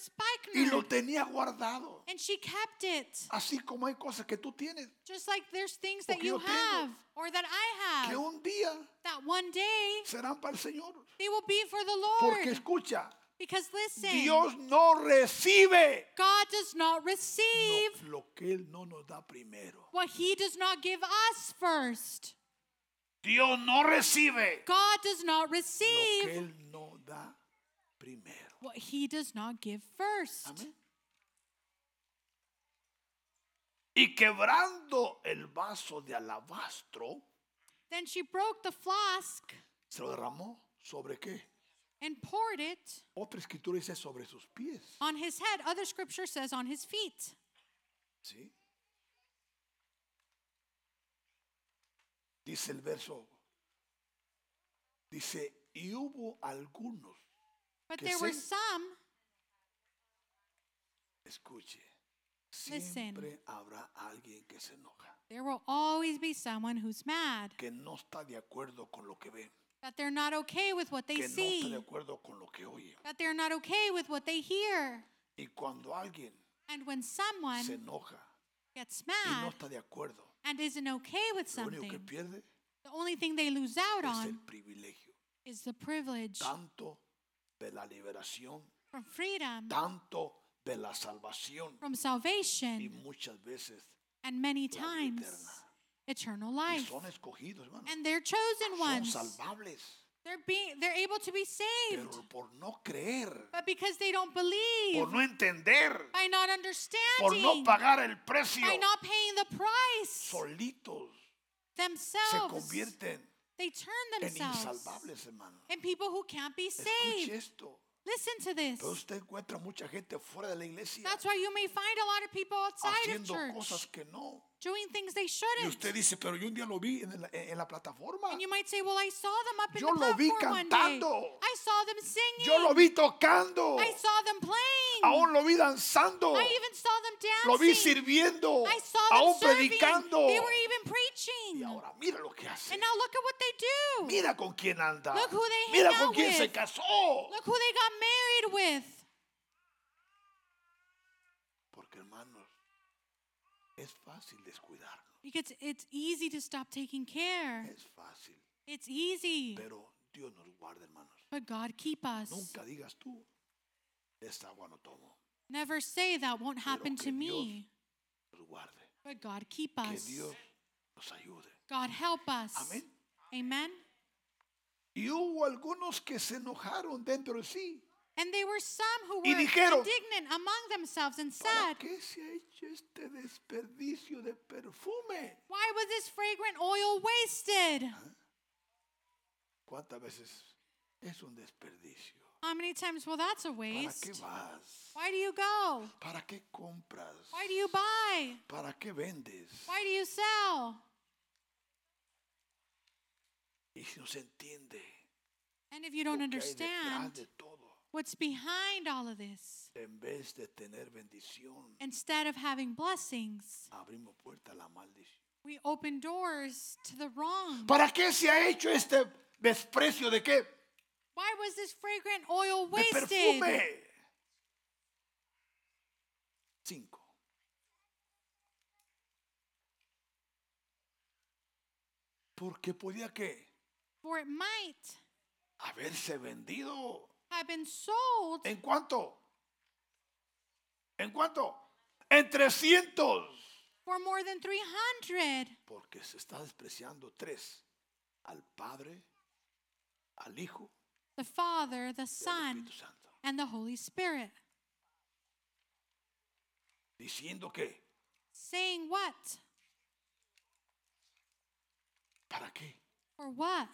Speaker 1: y lo
Speaker 2: spikenard.
Speaker 1: tenía guardado.
Speaker 2: And she kept it.
Speaker 1: Así como hay cosas que tú tienes,
Speaker 2: Just like there's things that
Speaker 1: Porque yo
Speaker 2: you
Speaker 1: tengo.
Speaker 2: have or that I
Speaker 1: que
Speaker 2: have
Speaker 1: un día
Speaker 2: that one day
Speaker 1: serán para el Señor.
Speaker 2: they will be for
Speaker 1: Porque
Speaker 2: the Lord.
Speaker 1: escucha,
Speaker 2: Because listen,
Speaker 1: Dios no recibe
Speaker 2: God does not receive
Speaker 1: no- lo que Él no nos da primero.
Speaker 2: what He does not give us first.
Speaker 1: Dios no recibe
Speaker 2: God does not
Speaker 1: lo que
Speaker 2: receive
Speaker 1: Él no da primero.
Speaker 2: what He does not give first.
Speaker 1: Amén. Y quebrando el vaso de alabastro,
Speaker 2: Then she broke the flask
Speaker 1: se lo derramó sobre qué?
Speaker 2: and poured it
Speaker 1: Otra escritura dice sobre sus pies.
Speaker 2: on his head. Other scripture says on his feet.
Speaker 1: ¿Sí? Dice el verso. Dice, y hubo algunos,
Speaker 2: But
Speaker 1: Que
Speaker 2: there were
Speaker 1: se-
Speaker 2: some,
Speaker 1: escuche,
Speaker 2: Listen.
Speaker 1: siempre habrá alguien que se enoja,
Speaker 2: there will always be someone who's mad
Speaker 1: que no está de acuerdo con lo que ve,
Speaker 2: that they're not okay with what they
Speaker 1: que no está
Speaker 2: see,
Speaker 1: de acuerdo con lo que oye.
Speaker 2: that they're not okay with what they hear.
Speaker 1: Y cuando alguien
Speaker 2: And when
Speaker 1: se
Speaker 2: someone
Speaker 1: enoja
Speaker 2: gets
Speaker 1: y no
Speaker 2: mad
Speaker 1: está de acuerdo,
Speaker 2: and isn't okay with
Speaker 1: lo único
Speaker 2: something,
Speaker 1: que pierde
Speaker 2: the only thing they lose out
Speaker 1: es
Speaker 2: on
Speaker 1: el privilegio,
Speaker 2: is the privilege
Speaker 1: tanto de la liberación,
Speaker 2: from freedom,
Speaker 1: tanto de la salvación
Speaker 2: from
Speaker 1: y
Speaker 2: salvation,
Speaker 1: muchas veces
Speaker 2: and many
Speaker 1: vida
Speaker 2: times
Speaker 1: eterna.
Speaker 2: eternal
Speaker 1: Y
Speaker 2: life.
Speaker 1: son escogidos, hermano.
Speaker 2: And they're chosen
Speaker 1: Son
Speaker 2: ones.
Speaker 1: salvables.
Speaker 2: They're being they're able to be saved.
Speaker 1: Pero por no creer,
Speaker 2: But because they don't believe,
Speaker 1: por no entender,
Speaker 2: by not
Speaker 1: por
Speaker 2: understanding,
Speaker 1: no pagar el precio,
Speaker 2: by not paying the price
Speaker 1: solitos se
Speaker 2: themselves,
Speaker 1: convierten
Speaker 2: they turn
Speaker 1: en
Speaker 2: themselves
Speaker 1: insalvables, hermano.
Speaker 2: in people who can't be
Speaker 1: Escuche
Speaker 2: saved.
Speaker 1: esto.
Speaker 2: Listen to
Speaker 1: Pero
Speaker 2: this.
Speaker 1: usted encuentra mucha gente fuera de la iglesia
Speaker 2: That's why you may find a lot of people outside of
Speaker 1: haciendo
Speaker 2: church
Speaker 1: cosas que no.
Speaker 2: doing things they
Speaker 1: Y
Speaker 2: shouldn't.
Speaker 1: usted dice, pero yo un día lo vi en la, en la plataforma.
Speaker 2: And you might say, Well, I saw them up in
Speaker 1: Yo
Speaker 2: the
Speaker 1: lo vi
Speaker 2: platform one day.
Speaker 1: cantando.
Speaker 2: I saw them singing.
Speaker 1: Yo lo vi tocando.
Speaker 2: I saw them playing.
Speaker 1: Aún lo vi danzando.
Speaker 2: I even saw them dancing.
Speaker 1: Lo vi sirviendo.
Speaker 2: I saw them
Speaker 1: Aún
Speaker 2: serving.
Speaker 1: predicando.
Speaker 2: They were even
Speaker 1: Y
Speaker 2: preaching.
Speaker 1: ahora mira lo que hace.
Speaker 2: And now look at what they do.
Speaker 1: Mira con quién anda.
Speaker 2: Look who they
Speaker 1: Mira
Speaker 2: hang
Speaker 1: con
Speaker 2: out
Speaker 1: quién se
Speaker 2: with.
Speaker 1: casó.
Speaker 2: Look who they got married with.
Speaker 1: Porque hermanos, es fácil descuidarnos.
Speaker 2: Because it's easy to stop taking care.
Speaker 1: Es fácil.
Speaker 2: It's easy.
Speaker 1: Pero Dios nos guarda, hermanos.
Speaker 2: But God keep us.
Speaker 1: Nunca digas tú, de esta agua no tomo.
Speaker 2: Never say that won't happen to
Speaker 1: que Dios
Speaker 2: me.
Speaker 1: Nos guarde.
Speaker 2: But God keep
Speaker 1: Que
Speaker 2: us.
Speaker 1: Dios nos ayude.
Speaker 2: God help us.
Speaker 1: Amén.
Speaker 2: Amen.
Speaker 1: Y hubo algunos que se enojaron dentro de sí
Speaker 2: And there were some who were
Speaker 1: Y dijeron,
Speaker 2: indignant among themselves and
Speaker 1: ¿Para
Speaker 2: said,
Speaker 1: qué se ha hecho este desperdicio de perfume?
Speaker 2: Why was this fragrant oil wasted?
Speaker 1: ¿Cuántas veces es un desperdicio?
Speaker 2: How many times? Well, that's a
Speaker 1: ¿Para qué
Speaker 2: waste.
Speaker 1: vas?
Speaker 2: Why do you go?
Speaker 1: ¿Para qué compras?
Speaker 2: Why do you buy?
Speaker 1: ¿Para qué vendes?
Speaker 2: Why do you sell?
Speaker 1: Y si no se entiende
Speaker 2: And if you
Speaker 1: lo
Speaker 2: don't
Speaker 1: que hay detrás de
Speaker 2: understand
Speaker 1: todo,
Speaker 2: what's behind all of this,
Speaker 1: en vez de tener bendición,
Speaker 2: instead of having blessings,
Speaker 1: abrimos puerta a la maldición.
Speaker 2: we open doors to the wrong.
Speaker 1: ¿Para qué se ha hecho este desprecio de qué?
Speaker 2: Why was this fragrant oil
Speaker 1: De perfume.
Speaker 2: wasted?
Speaker 1: Cinco. Porque podía que
Speaker 2: For it might
Speaker 1: haberse vendido.
Speaker 2: have been sold
Speaker 1: ¿En cuánto? ¿En cuánto? En 300.
Speaker 2: for more than 300
Speaker 1: Porque se está despreciando tres. Al Padre, al Hijo
Speaker 2: the Father, the
Speaker 1: y al
Speaker 2: Son,
Speaker 1: Espíritu Santo.
Speaker 2: and the Holy Spirit.
Speaker 1: Diciendo que,
Speaker 2: Saying what?
Speaker 1: ¿para qué?
Speaker 2: For what?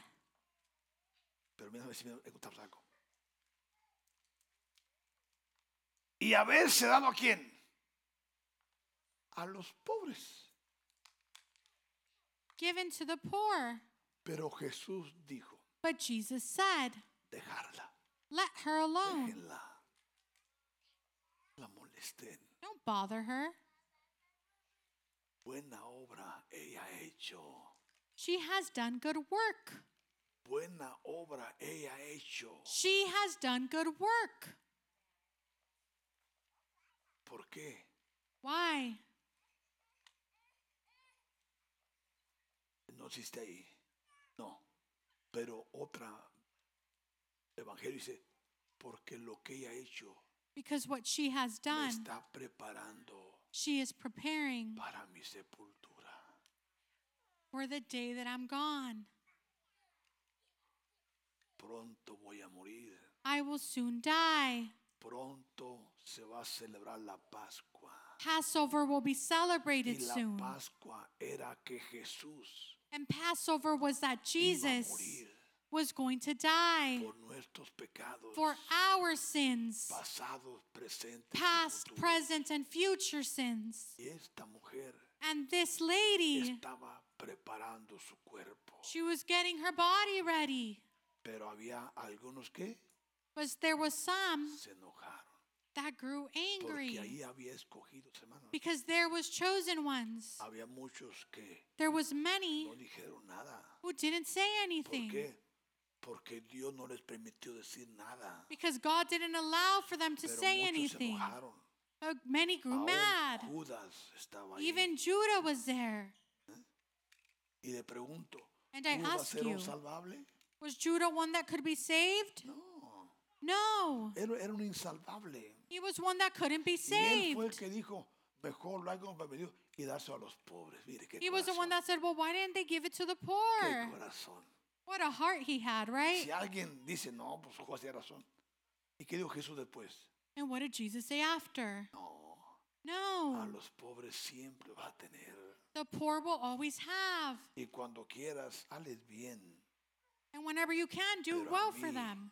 Speaker 1: Permítame si me encontrar algo. Y haberse dado a quién? A los pobres.
Speaker 2: Given to the poor.
Speaker 1: Pero Jesús dijo,
Speaker 2: But Jesus said,
Speaker 1: dejarla,
Speaker 2: Let her alone.
Speaker 1: déjenla. No La molesten.
Speaker 2: Don't bother her.
Speaker 1: Buena obra ella ha hecho.
Speaker 2: She has done good work.
Speaker 1: Buena obra ella ha hecho.
Speaker 2: She has done good work.
Speaker 1: ¿Por qué?
Speaker 2: Why?
Speaker 1: No existe ahí. No. Pero otra evangelio dice, porque lo que ella ha hecho
Speaker 2: Because what she has
Speaker 1: me
Speaker 2: done,
Speaker 1: está preparando
Speaker 2: she is preparing
Speaker 1: para mi sepultura.
Speaker 2: for the day that I'm gone.
Speaker 1: Pronto voy a morir.
Speaker 2: I will soon die.
Speaker 1: Pronto se va a celebrar la Pascua.
Speaker 2: Passover will be
Speaker 1: Y
Speaker 2: celebrated
Speaker 1: la
Speaker 2: soon.
Speaker 1: Pascua era que Jesús
Speaker 2: And Passover was that
Speaker 1: iba a
Speaker 2: Jesus
Speaker 1: morir
Speaker 2: was going to die
Speaker 1: por nuestros pecados,
Speaker 2: for our sins,
Speaker 1: pasados, presentes, y
Speaker 2: past,
Speaker 1: futuros.
Speaker 2: present, and future sins.
Speaker 1: Y esta mujer
Speaker 2: And this lady,
Speaker 1: estaba preparando su cuerpo,
Speaker 2: she was getting her body ready.
Speaker 1: pero había algunos que
Speaker 2: But there was some
Speaker 1: se enojaron
Speaker 2: that grew
Speaker 1: porque
Speaker 2: angry
Speaker 1: ahí había escogidos, hermanos.
Speaker 2: because there was chosen ones.
Speaker 1: Había muchos que
Speaker 2: There was many
Speaker 1: no dijeron nada.
Speaker 2: who didn't say
Speaker 1: ¿Por
Speaker 2: anything
Speaker 1: qué? Porque Dios no les permitió decir nada.
Speaker 2: because God didn't allow for them to
Speaker 1: Pero
Speaker 2: say
Speaker 1: muchos se
Speaker 2: anything.
Speaker 1: enojaron.
Speaker 2: But many grew
Speaker 1: Aún
Speaker 2: mad.
Speaker 1: Judas estaba ahí.
Speaker 2: Even Judah was there.
Speaker 1: Y le pregunto,
Speaker 2: And I
Speaker 1: ¿Judas
Speaker 2: ask
Speaker 1: era un
Speaker 2: you,
Speaker 1: salvable?
Speaker 2: Was Judah one that could be saved?
Speaker 1: No,
Speaker 2: No.
Speaker 1: era, era un insalvable.
Speaker 2: He was one that couldn't be
Speaker 1: Y él fue el
Speaker 2: saved.
Speaker 1: que dijo, mejor lo hago para Dios y dárselo a los pobres. Mire qué
Speaker 2: He was the one
Speaker 1: corazón.
Speaker 2: that said, Well, why didn't they give it to the
Speaker 1: Qué
Speaker 2: poor?
Speaker 1: corazón.
Speaker 2: What a heart he had, right?
Speaker 1: Si alguien dice, no, pues Judas tiene razón. ¿Y qué dijo Jesús después?
Speaker 2: And what did Jesus say after?
Speaker 1: No, a
Speaker 2: No.
Speaker 1: los pobres siempre va a tener.
Speaker 2: The poor will always have.
Speaker 1: Y cuando quieras, hales bien.
Speaker 2: And whenever you can, do
Speaker 1: Pero a
Speaker 2: well for
Speaker 1: mí-
Speaker 2: them.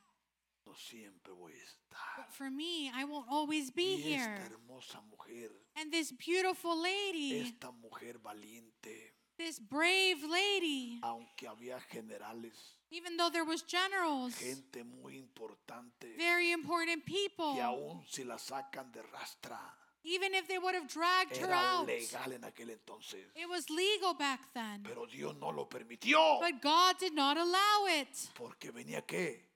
Speaker 1: No siempre voy a estar.
Speaker 2: But for me, I won't always be
Speaker 1: Y
Speaker 2: here.
Speaker 1: esta hermosa mujer,
Speaker 2: And this beautiful lady,
Speaker 1: esta mujer valiente,
Speaker 2: this brave lady,
Speaker 1: aunque había generales,
Speaker 2: even though there was generals,
Speaker 1: gente muy importante,
Speaker 2: very important people,
Speaker 1: que aún si la sacan de rastra,
Speaker 2: even if they would have dragged her
Speaker 1: era
Speaker 2: out,
Speaker 1: legal en aquel entonces.
Speaker 2: It was legal back then,
Speaker 1: Pero Dios no lo permitió.
Speaker 2: but God did not allow it
Speaker 1: Porque venía qué?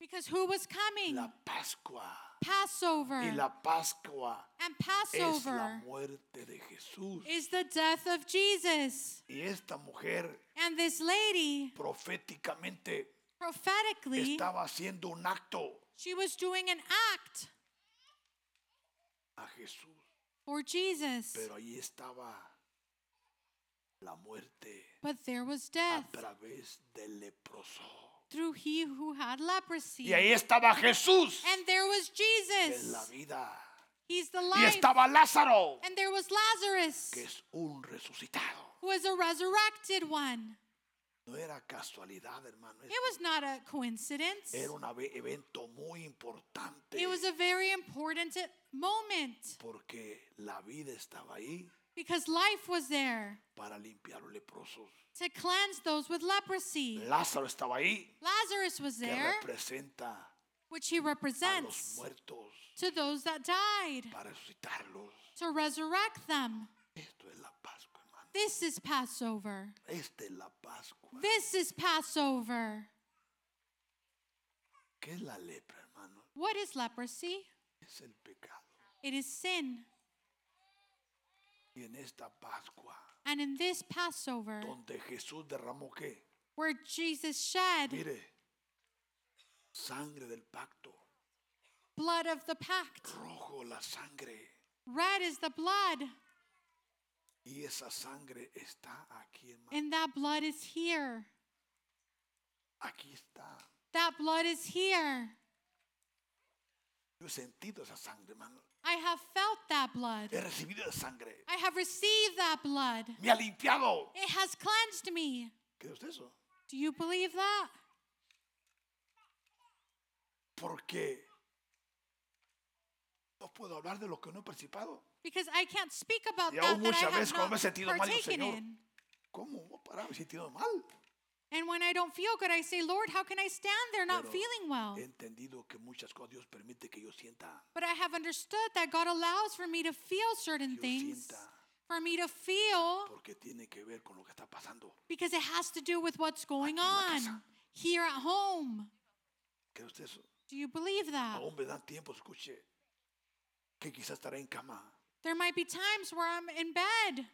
Speaker 2: because who was coming?
Speaker 1: La Pascua.
Speaker 2: Passover.
Speaker 1: Y la Pascua
Speaker 2: and
Speaker 1: es la
Speaker 2: Passover
Speaker 1: muerte de Jesús.
Speaker 2: is the death of Jesus.
Speaker 1: Y esta mujer
Speaker 2: And this lady,
Speaker 1: proféticamente
Speaker 2: prophetically,
Speaker 1: estaba haciendo un acto
Speaker 2: she was doing an act
Speaker 1: a Jesús.
Speaker 2: for Jesus,
Speaker 1: Pero ahí estaba la muerte
Speaker 2: but there was
Speaker 1: a
Speaker 2: death
Speaker 1: través del leproso.
Speaker 2: through he who had leprosy.
Speaker 1: Y ahí estaba Jesús,
Speaker 2: And there was
Speaker 1: que es la
Speaker 2: Jesus.
Speaker 1: vida.
Speaker 2: He's the
Speaker 1: Y
Speaker 2: life.
Speaker 1: estaba Lázaro,
Speaker 2: And there was
Speaker 1: que
Speaker 2: Lazarus,
Speaker 1: es un resucitado.
Speaker 2: who is a resurrected one.
Speaker 1: No era casualidad, hermano.
Speaker 2: It was not a coincidence.
Speaker 1: Era un ave- evento muy importante.
Speaker 2: It was a very important e- moment
Speaker 1: Porque la vida estaba ahí
Speaker 2: because life was there
Speaker 1: para limpiar los leprosos.
Speaker 2: to cleanse those with leprosy.
Speaker 1: Lázaro estaba ahí,
Speaker 2: Lazarus was
Speaker 1: que
Speaker 2: there,
Speaker 1: representa
Speaker 2: which he
Speaker 1: a los
Speaker 2: represents
Speaker 1: muertos
Speaker 2: to those that died,
Speaker 1: para resucitarlos.
Speaker 2: to resurrect them.
Speaker 1: Esto es la Pascua, hermano.
Speaker 2: This is Passover.
Speaker 1: Esta Este es la Pascua.
Speaker 2: This is Passover.
Speaker 1: ¿Qué es la lepra, hermano?
Speaker 2: What is leprosy?
Speaker 1: Es el pecado.
Speaker 2: It is sin.
Speaker 1: Y en esta Pascua,
Speaker 2: And in this Passover,
Speaker 1: donde Jesús derramó qué?
Speaker 2: where Jesus shed
Speaker 1: Mire, sangre del pacto.
Speaker 2: blood of the pact,
Speaker 1: Rojo la sangre.
Speaker 2: red is the blood,
Speaker 1: Y esa sangre está aquí, hermano.
Speaker 2: and that blood is here.
Speaker 1: Aquí está.
Speaker 2: That blood is here.
Speaker 1: Yo he sentido esa sangre, hermano.
Speaker 2: I have felt that blood.
Speaker 1: He recibido esa sangre.
Speaker 2: I have received that blood.
Speaker 1: Me ha limpiado.
Speaker 2: It has cleansed me.
Speaker 1: ¿Cree usted eso?
Speaker 2: Do you believe that?
Speaker 1: Porque no puedo hablar de lo que no he participado.
Speaker 2: Because I can't speak about
Speaker 1: Y
Speaker 2: that
Speaker 1: aún
Speaker 2: that I
Speaker 1: muchas veces
Speaker 2: have
Speaker 1: cuando
Speaker 2: not
Speaker 1: me he sentido mal, digo,
Speaker 2: partaken
Speaker 1: "Señor".
Speaker 2: in.
Speaker 1: ¿Cómo? No, para, me he sentido mal.
Speaker 2: And when I don't feel good, I say, Lord, how can I stand there not
Speaker 1: Pero
Speaker 2: feeling well?
Speaker 1: He entendido que muchas cosas Dios permite que yo sienta.
Speaker 2: But I have understood that God allows for me to feel certain
Speaker 1: Yo
Speaker 2: things,
Speaker 1: sienta.
Speaker 2: for me to feel,
Speaker 1: Porque tiene que ver con lo que está pasando.
Speaker 2: because it has to do with what's going
Speaker 1: en la
Speaker 2: on
Speaker 1: casa.
Speaker 2: here at home.
Speaker 1: ¿Cree usted eso?
Speaker 2: Do you believe that?
Speaker 1: Aún me dan tiempo, escuche. Que quizás estará en cama.
Speaker 2: There might be times where I'm in bed,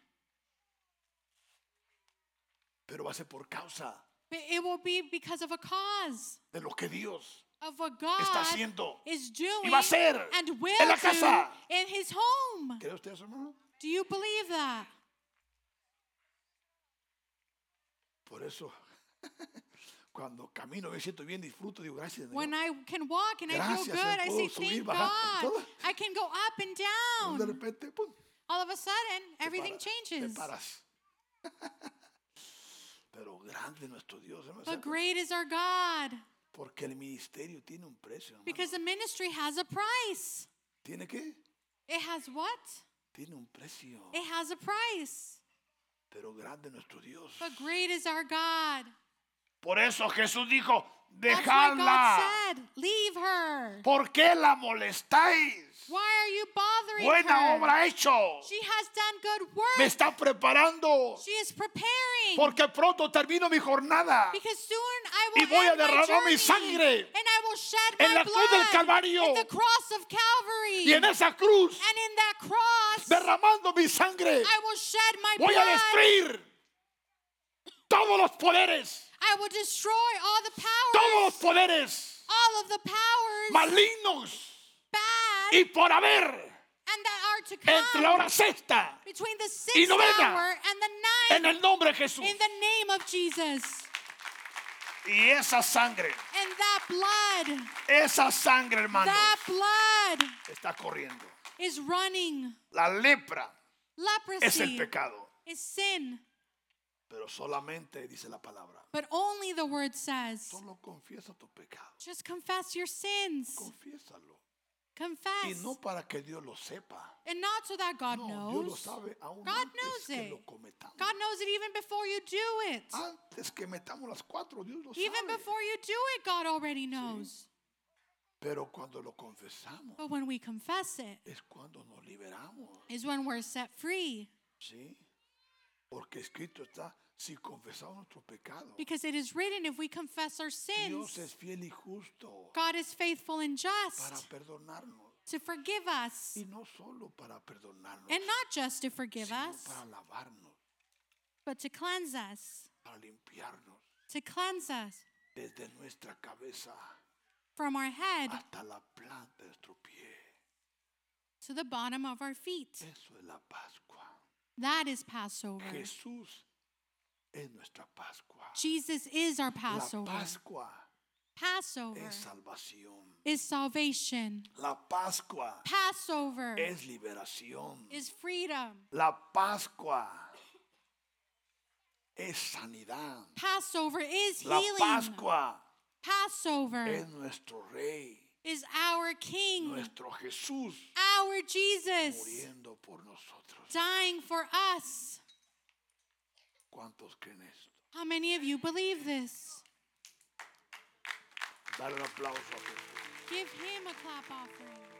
Speaker 1: Pero va a ser por causa
Speaker 2: but it will be because of a cause
Speaker 1: de lo que Dios
Speaker 2: of what God
Speaker 1: está haciendo.
Speaker 2: is doing
Speaker 1: Y va a ser
Speaker 2: and will
Speaker 1: en la casa.
Speaker 2: do in His home.
Speaker 1: ¿Cree usted eso, hermano?
Speaker 2: Do you believe that?
Speaker 1: Por eso, cuando camino, me siento bien, disfruto, digo gracias.
Speaker 2: When
Speaker 1: Señor.
Speaker 2: I can walk and I feel good,
Speaker 1: Gracias, Señor.
Speaker 2: I say,
Speaker 1: Puedo subir,
Speaker 2: Thank God.
Speaker 1: bajar, todo.
Speaker 2: I can go up and
Speaker 1: de
Speaker 2: down.
Speaker 1: repente, pum,
Speaker 2: All of a sudden, everything
Speaker 1: para-
Speaker 2: changes.
Speaker 1: Te paras. Pero grande es nuestro Dios, hermano.
Speaker 2: But
Speaker 1: ¿sabe por-
Speaker 2: great is our God
Speaker 1: Porque el ministerio tiene un precio, hermano.
Speaker 2: because the ministry has a price.
Speaker 1: ¿Tiene qué?
Speaker 2: It has what?
Speaker 1: Tiene un precio.
Speaker 2: It has a price.
Speaker 1: Pero grande es nuestro Dios.
Speaker 2: But great is our God.
Speaker 1: Por eso Jesús dijo,
Speaker 2: That's why
Speaker 1: dejadla.
Speaker 2: God said, Leave her.
Speaker 1: ¿Por qué la molestáis?
Speaker 2: Why are you bothering
Speaker 1: Buena
Speaker 2: her?
Speaker 1: obra ha hecho.
Speaker 2: She has done good
Speaker 1: Me
Speaker 2: work.
Speaker 1: está preparando.
Speaker 2: She is preparing.
Speaker 1: Porque pronto termino mi jornada.
Speaker 2: because soon I
Speaker 1: Y
Speaker 2: will
Speaker 1: voy a
Speaker 2: end my
Speaker 1: derramar mi
Speaker 2: journey,
Speaker 1: sangre
Speaker 2: and I will shed
Speaker 1: en
Speaker 2: my
Speaker 1: la cruz del
Speaker 2: blood
Speaker 1: Calvario.
Speaker 2: at the cross of Calvary.
Speaker 1: Y en esa cruz,
Speaker 2: and in that cross,
Speaker 1: derramando mi sangre,
Speaker 2: I will shed my
Speaker 1: voy a
Speaker 2: blood.
Speaker 1: destruir todos los poderes,
Speaker 2: I will destroy all the powers,
Speaker 1: todos los poderes
Speaker 2: all of the powers,
Speaker 1: malignos
Speaker 2: bad,
Speaker 1: y por haber
Speaker 2: and that are to
Speaker 1: entre
Speaker 2: come
Speaker 1: la hora sexta
Speaker 2: between the sixth
Speaker 1: novena.
Speaker 2: hour and the ninth
Speaker 1: en el nombre de Jesús.
Speaker 2: in the name of Jesus.
Speaker 1: Y esa sangre,
Speaker 2: And that blood,
Speaker 1: esa sangre, hermano,
Speaker 2: that blood
Speaker 1: está corriendo.
Speaker 2: is running.
Speaker 1: La lepra es el
Speaker 2: Leprosy
Speaker 1: pecado,
Speaker 2: is sin,
Speaker 1: pero solamente dice la palabra.
Speaker 2: but only the word says.
Speaker 1: Solo confiesa tu pecado,
Speaker 2: Just confess your sins.
Speaker 1: confiésalo. Y
Speaker 2: Confess.
Speaker 1: no para que Dios lo sepa.
Speaker 2: And not so that God
Speaker 1: No, Dios lo
Speaker 2: knows.
Speaker 1: sabe aún
Speaker 2: God
Speaker 1: antes
Speaker 2: knows
Speaker 1: que
Speaker 2: it.
Speaker 1: lo cometamos.
Speaker 2: God knows it even before you do it.
Speaker 1: Antes que metamos las cuatro, Dios Ah, lo
Speaker 2: Even
Speaker 1: sabe.
Speaker 2: before you do it, God already knows.
Speaker 1: Pero cuando lo confesamos
Speaker 2: But when we confess it,
Speaker 1: es cuando nos liberamos,
Speaker 2: is when we're set free.
Speaker 1: ¿sí? Porque escrito está, si confesamos nuestro pecado,
Speaker 2: Because it is written, if we confess our
Speaker 1: Dios
Speaker 2: sins,
Speaker 1: es fiel y justo
Speaker 2: God is faithful and
Speaker 1: para
Speaker 2: just
Speaker 1: perdonarnos.
Speaker 2: to forgive us.
Speaker 1: Y no solo para perdonarnos,
Speaker 2: And not just to forgive
Speaker 1: sino
Speaker 2: us,
Speaker 1: para lavarnos,
Speaker 2: but to cleanse us.
Speaker 1: para limpiarnos
Speaker 2: To cleanse us
Speaker 1: desde nuestra cabeza
Speaker 2: from our head
Speaker 1: hasta la planta de nuestro pie.
Speaker 2: to the bottom of our feet.
Speaker 1: Eso es la Pascua.
Speaker 2: That is Passover.
Speaker 1: Jesús es nuestra Pascua.
Speaker 2: Jesus is our
Speaker 1: La
Speaker 2: Passover.
Speaker 1: Pascua
Speaker 2: Passover
Speaker 1: es salvación.
Speaker 2: is salvation.
Speaker 1: La Pascua
Speaker 2: Passover
Speaker 1: es liberación.
Speaker 2: is freedom.
Speaker 1: La Pascua es sanidad.
Speaker 2: Passover is
Speaker 1: La
Speaker 2: healing.
Speaker 1: Pascua
Speaker 2: Passover
Speaker 1: es nuestro Rey,
Speaker 2: is our King,
Speaker 1: nuestro Jesús
Speaker 2: our Jesus,
Speaker 1: muriendo por nosotros.
Speaker 2: dying for us.
Speaker 1: ¿Cuántos creen esto?
Speaker 2: How many of you believe this?
Speaker 1: Dar un aplauso a Jesús.
Speaker 2: Give him a clap offering.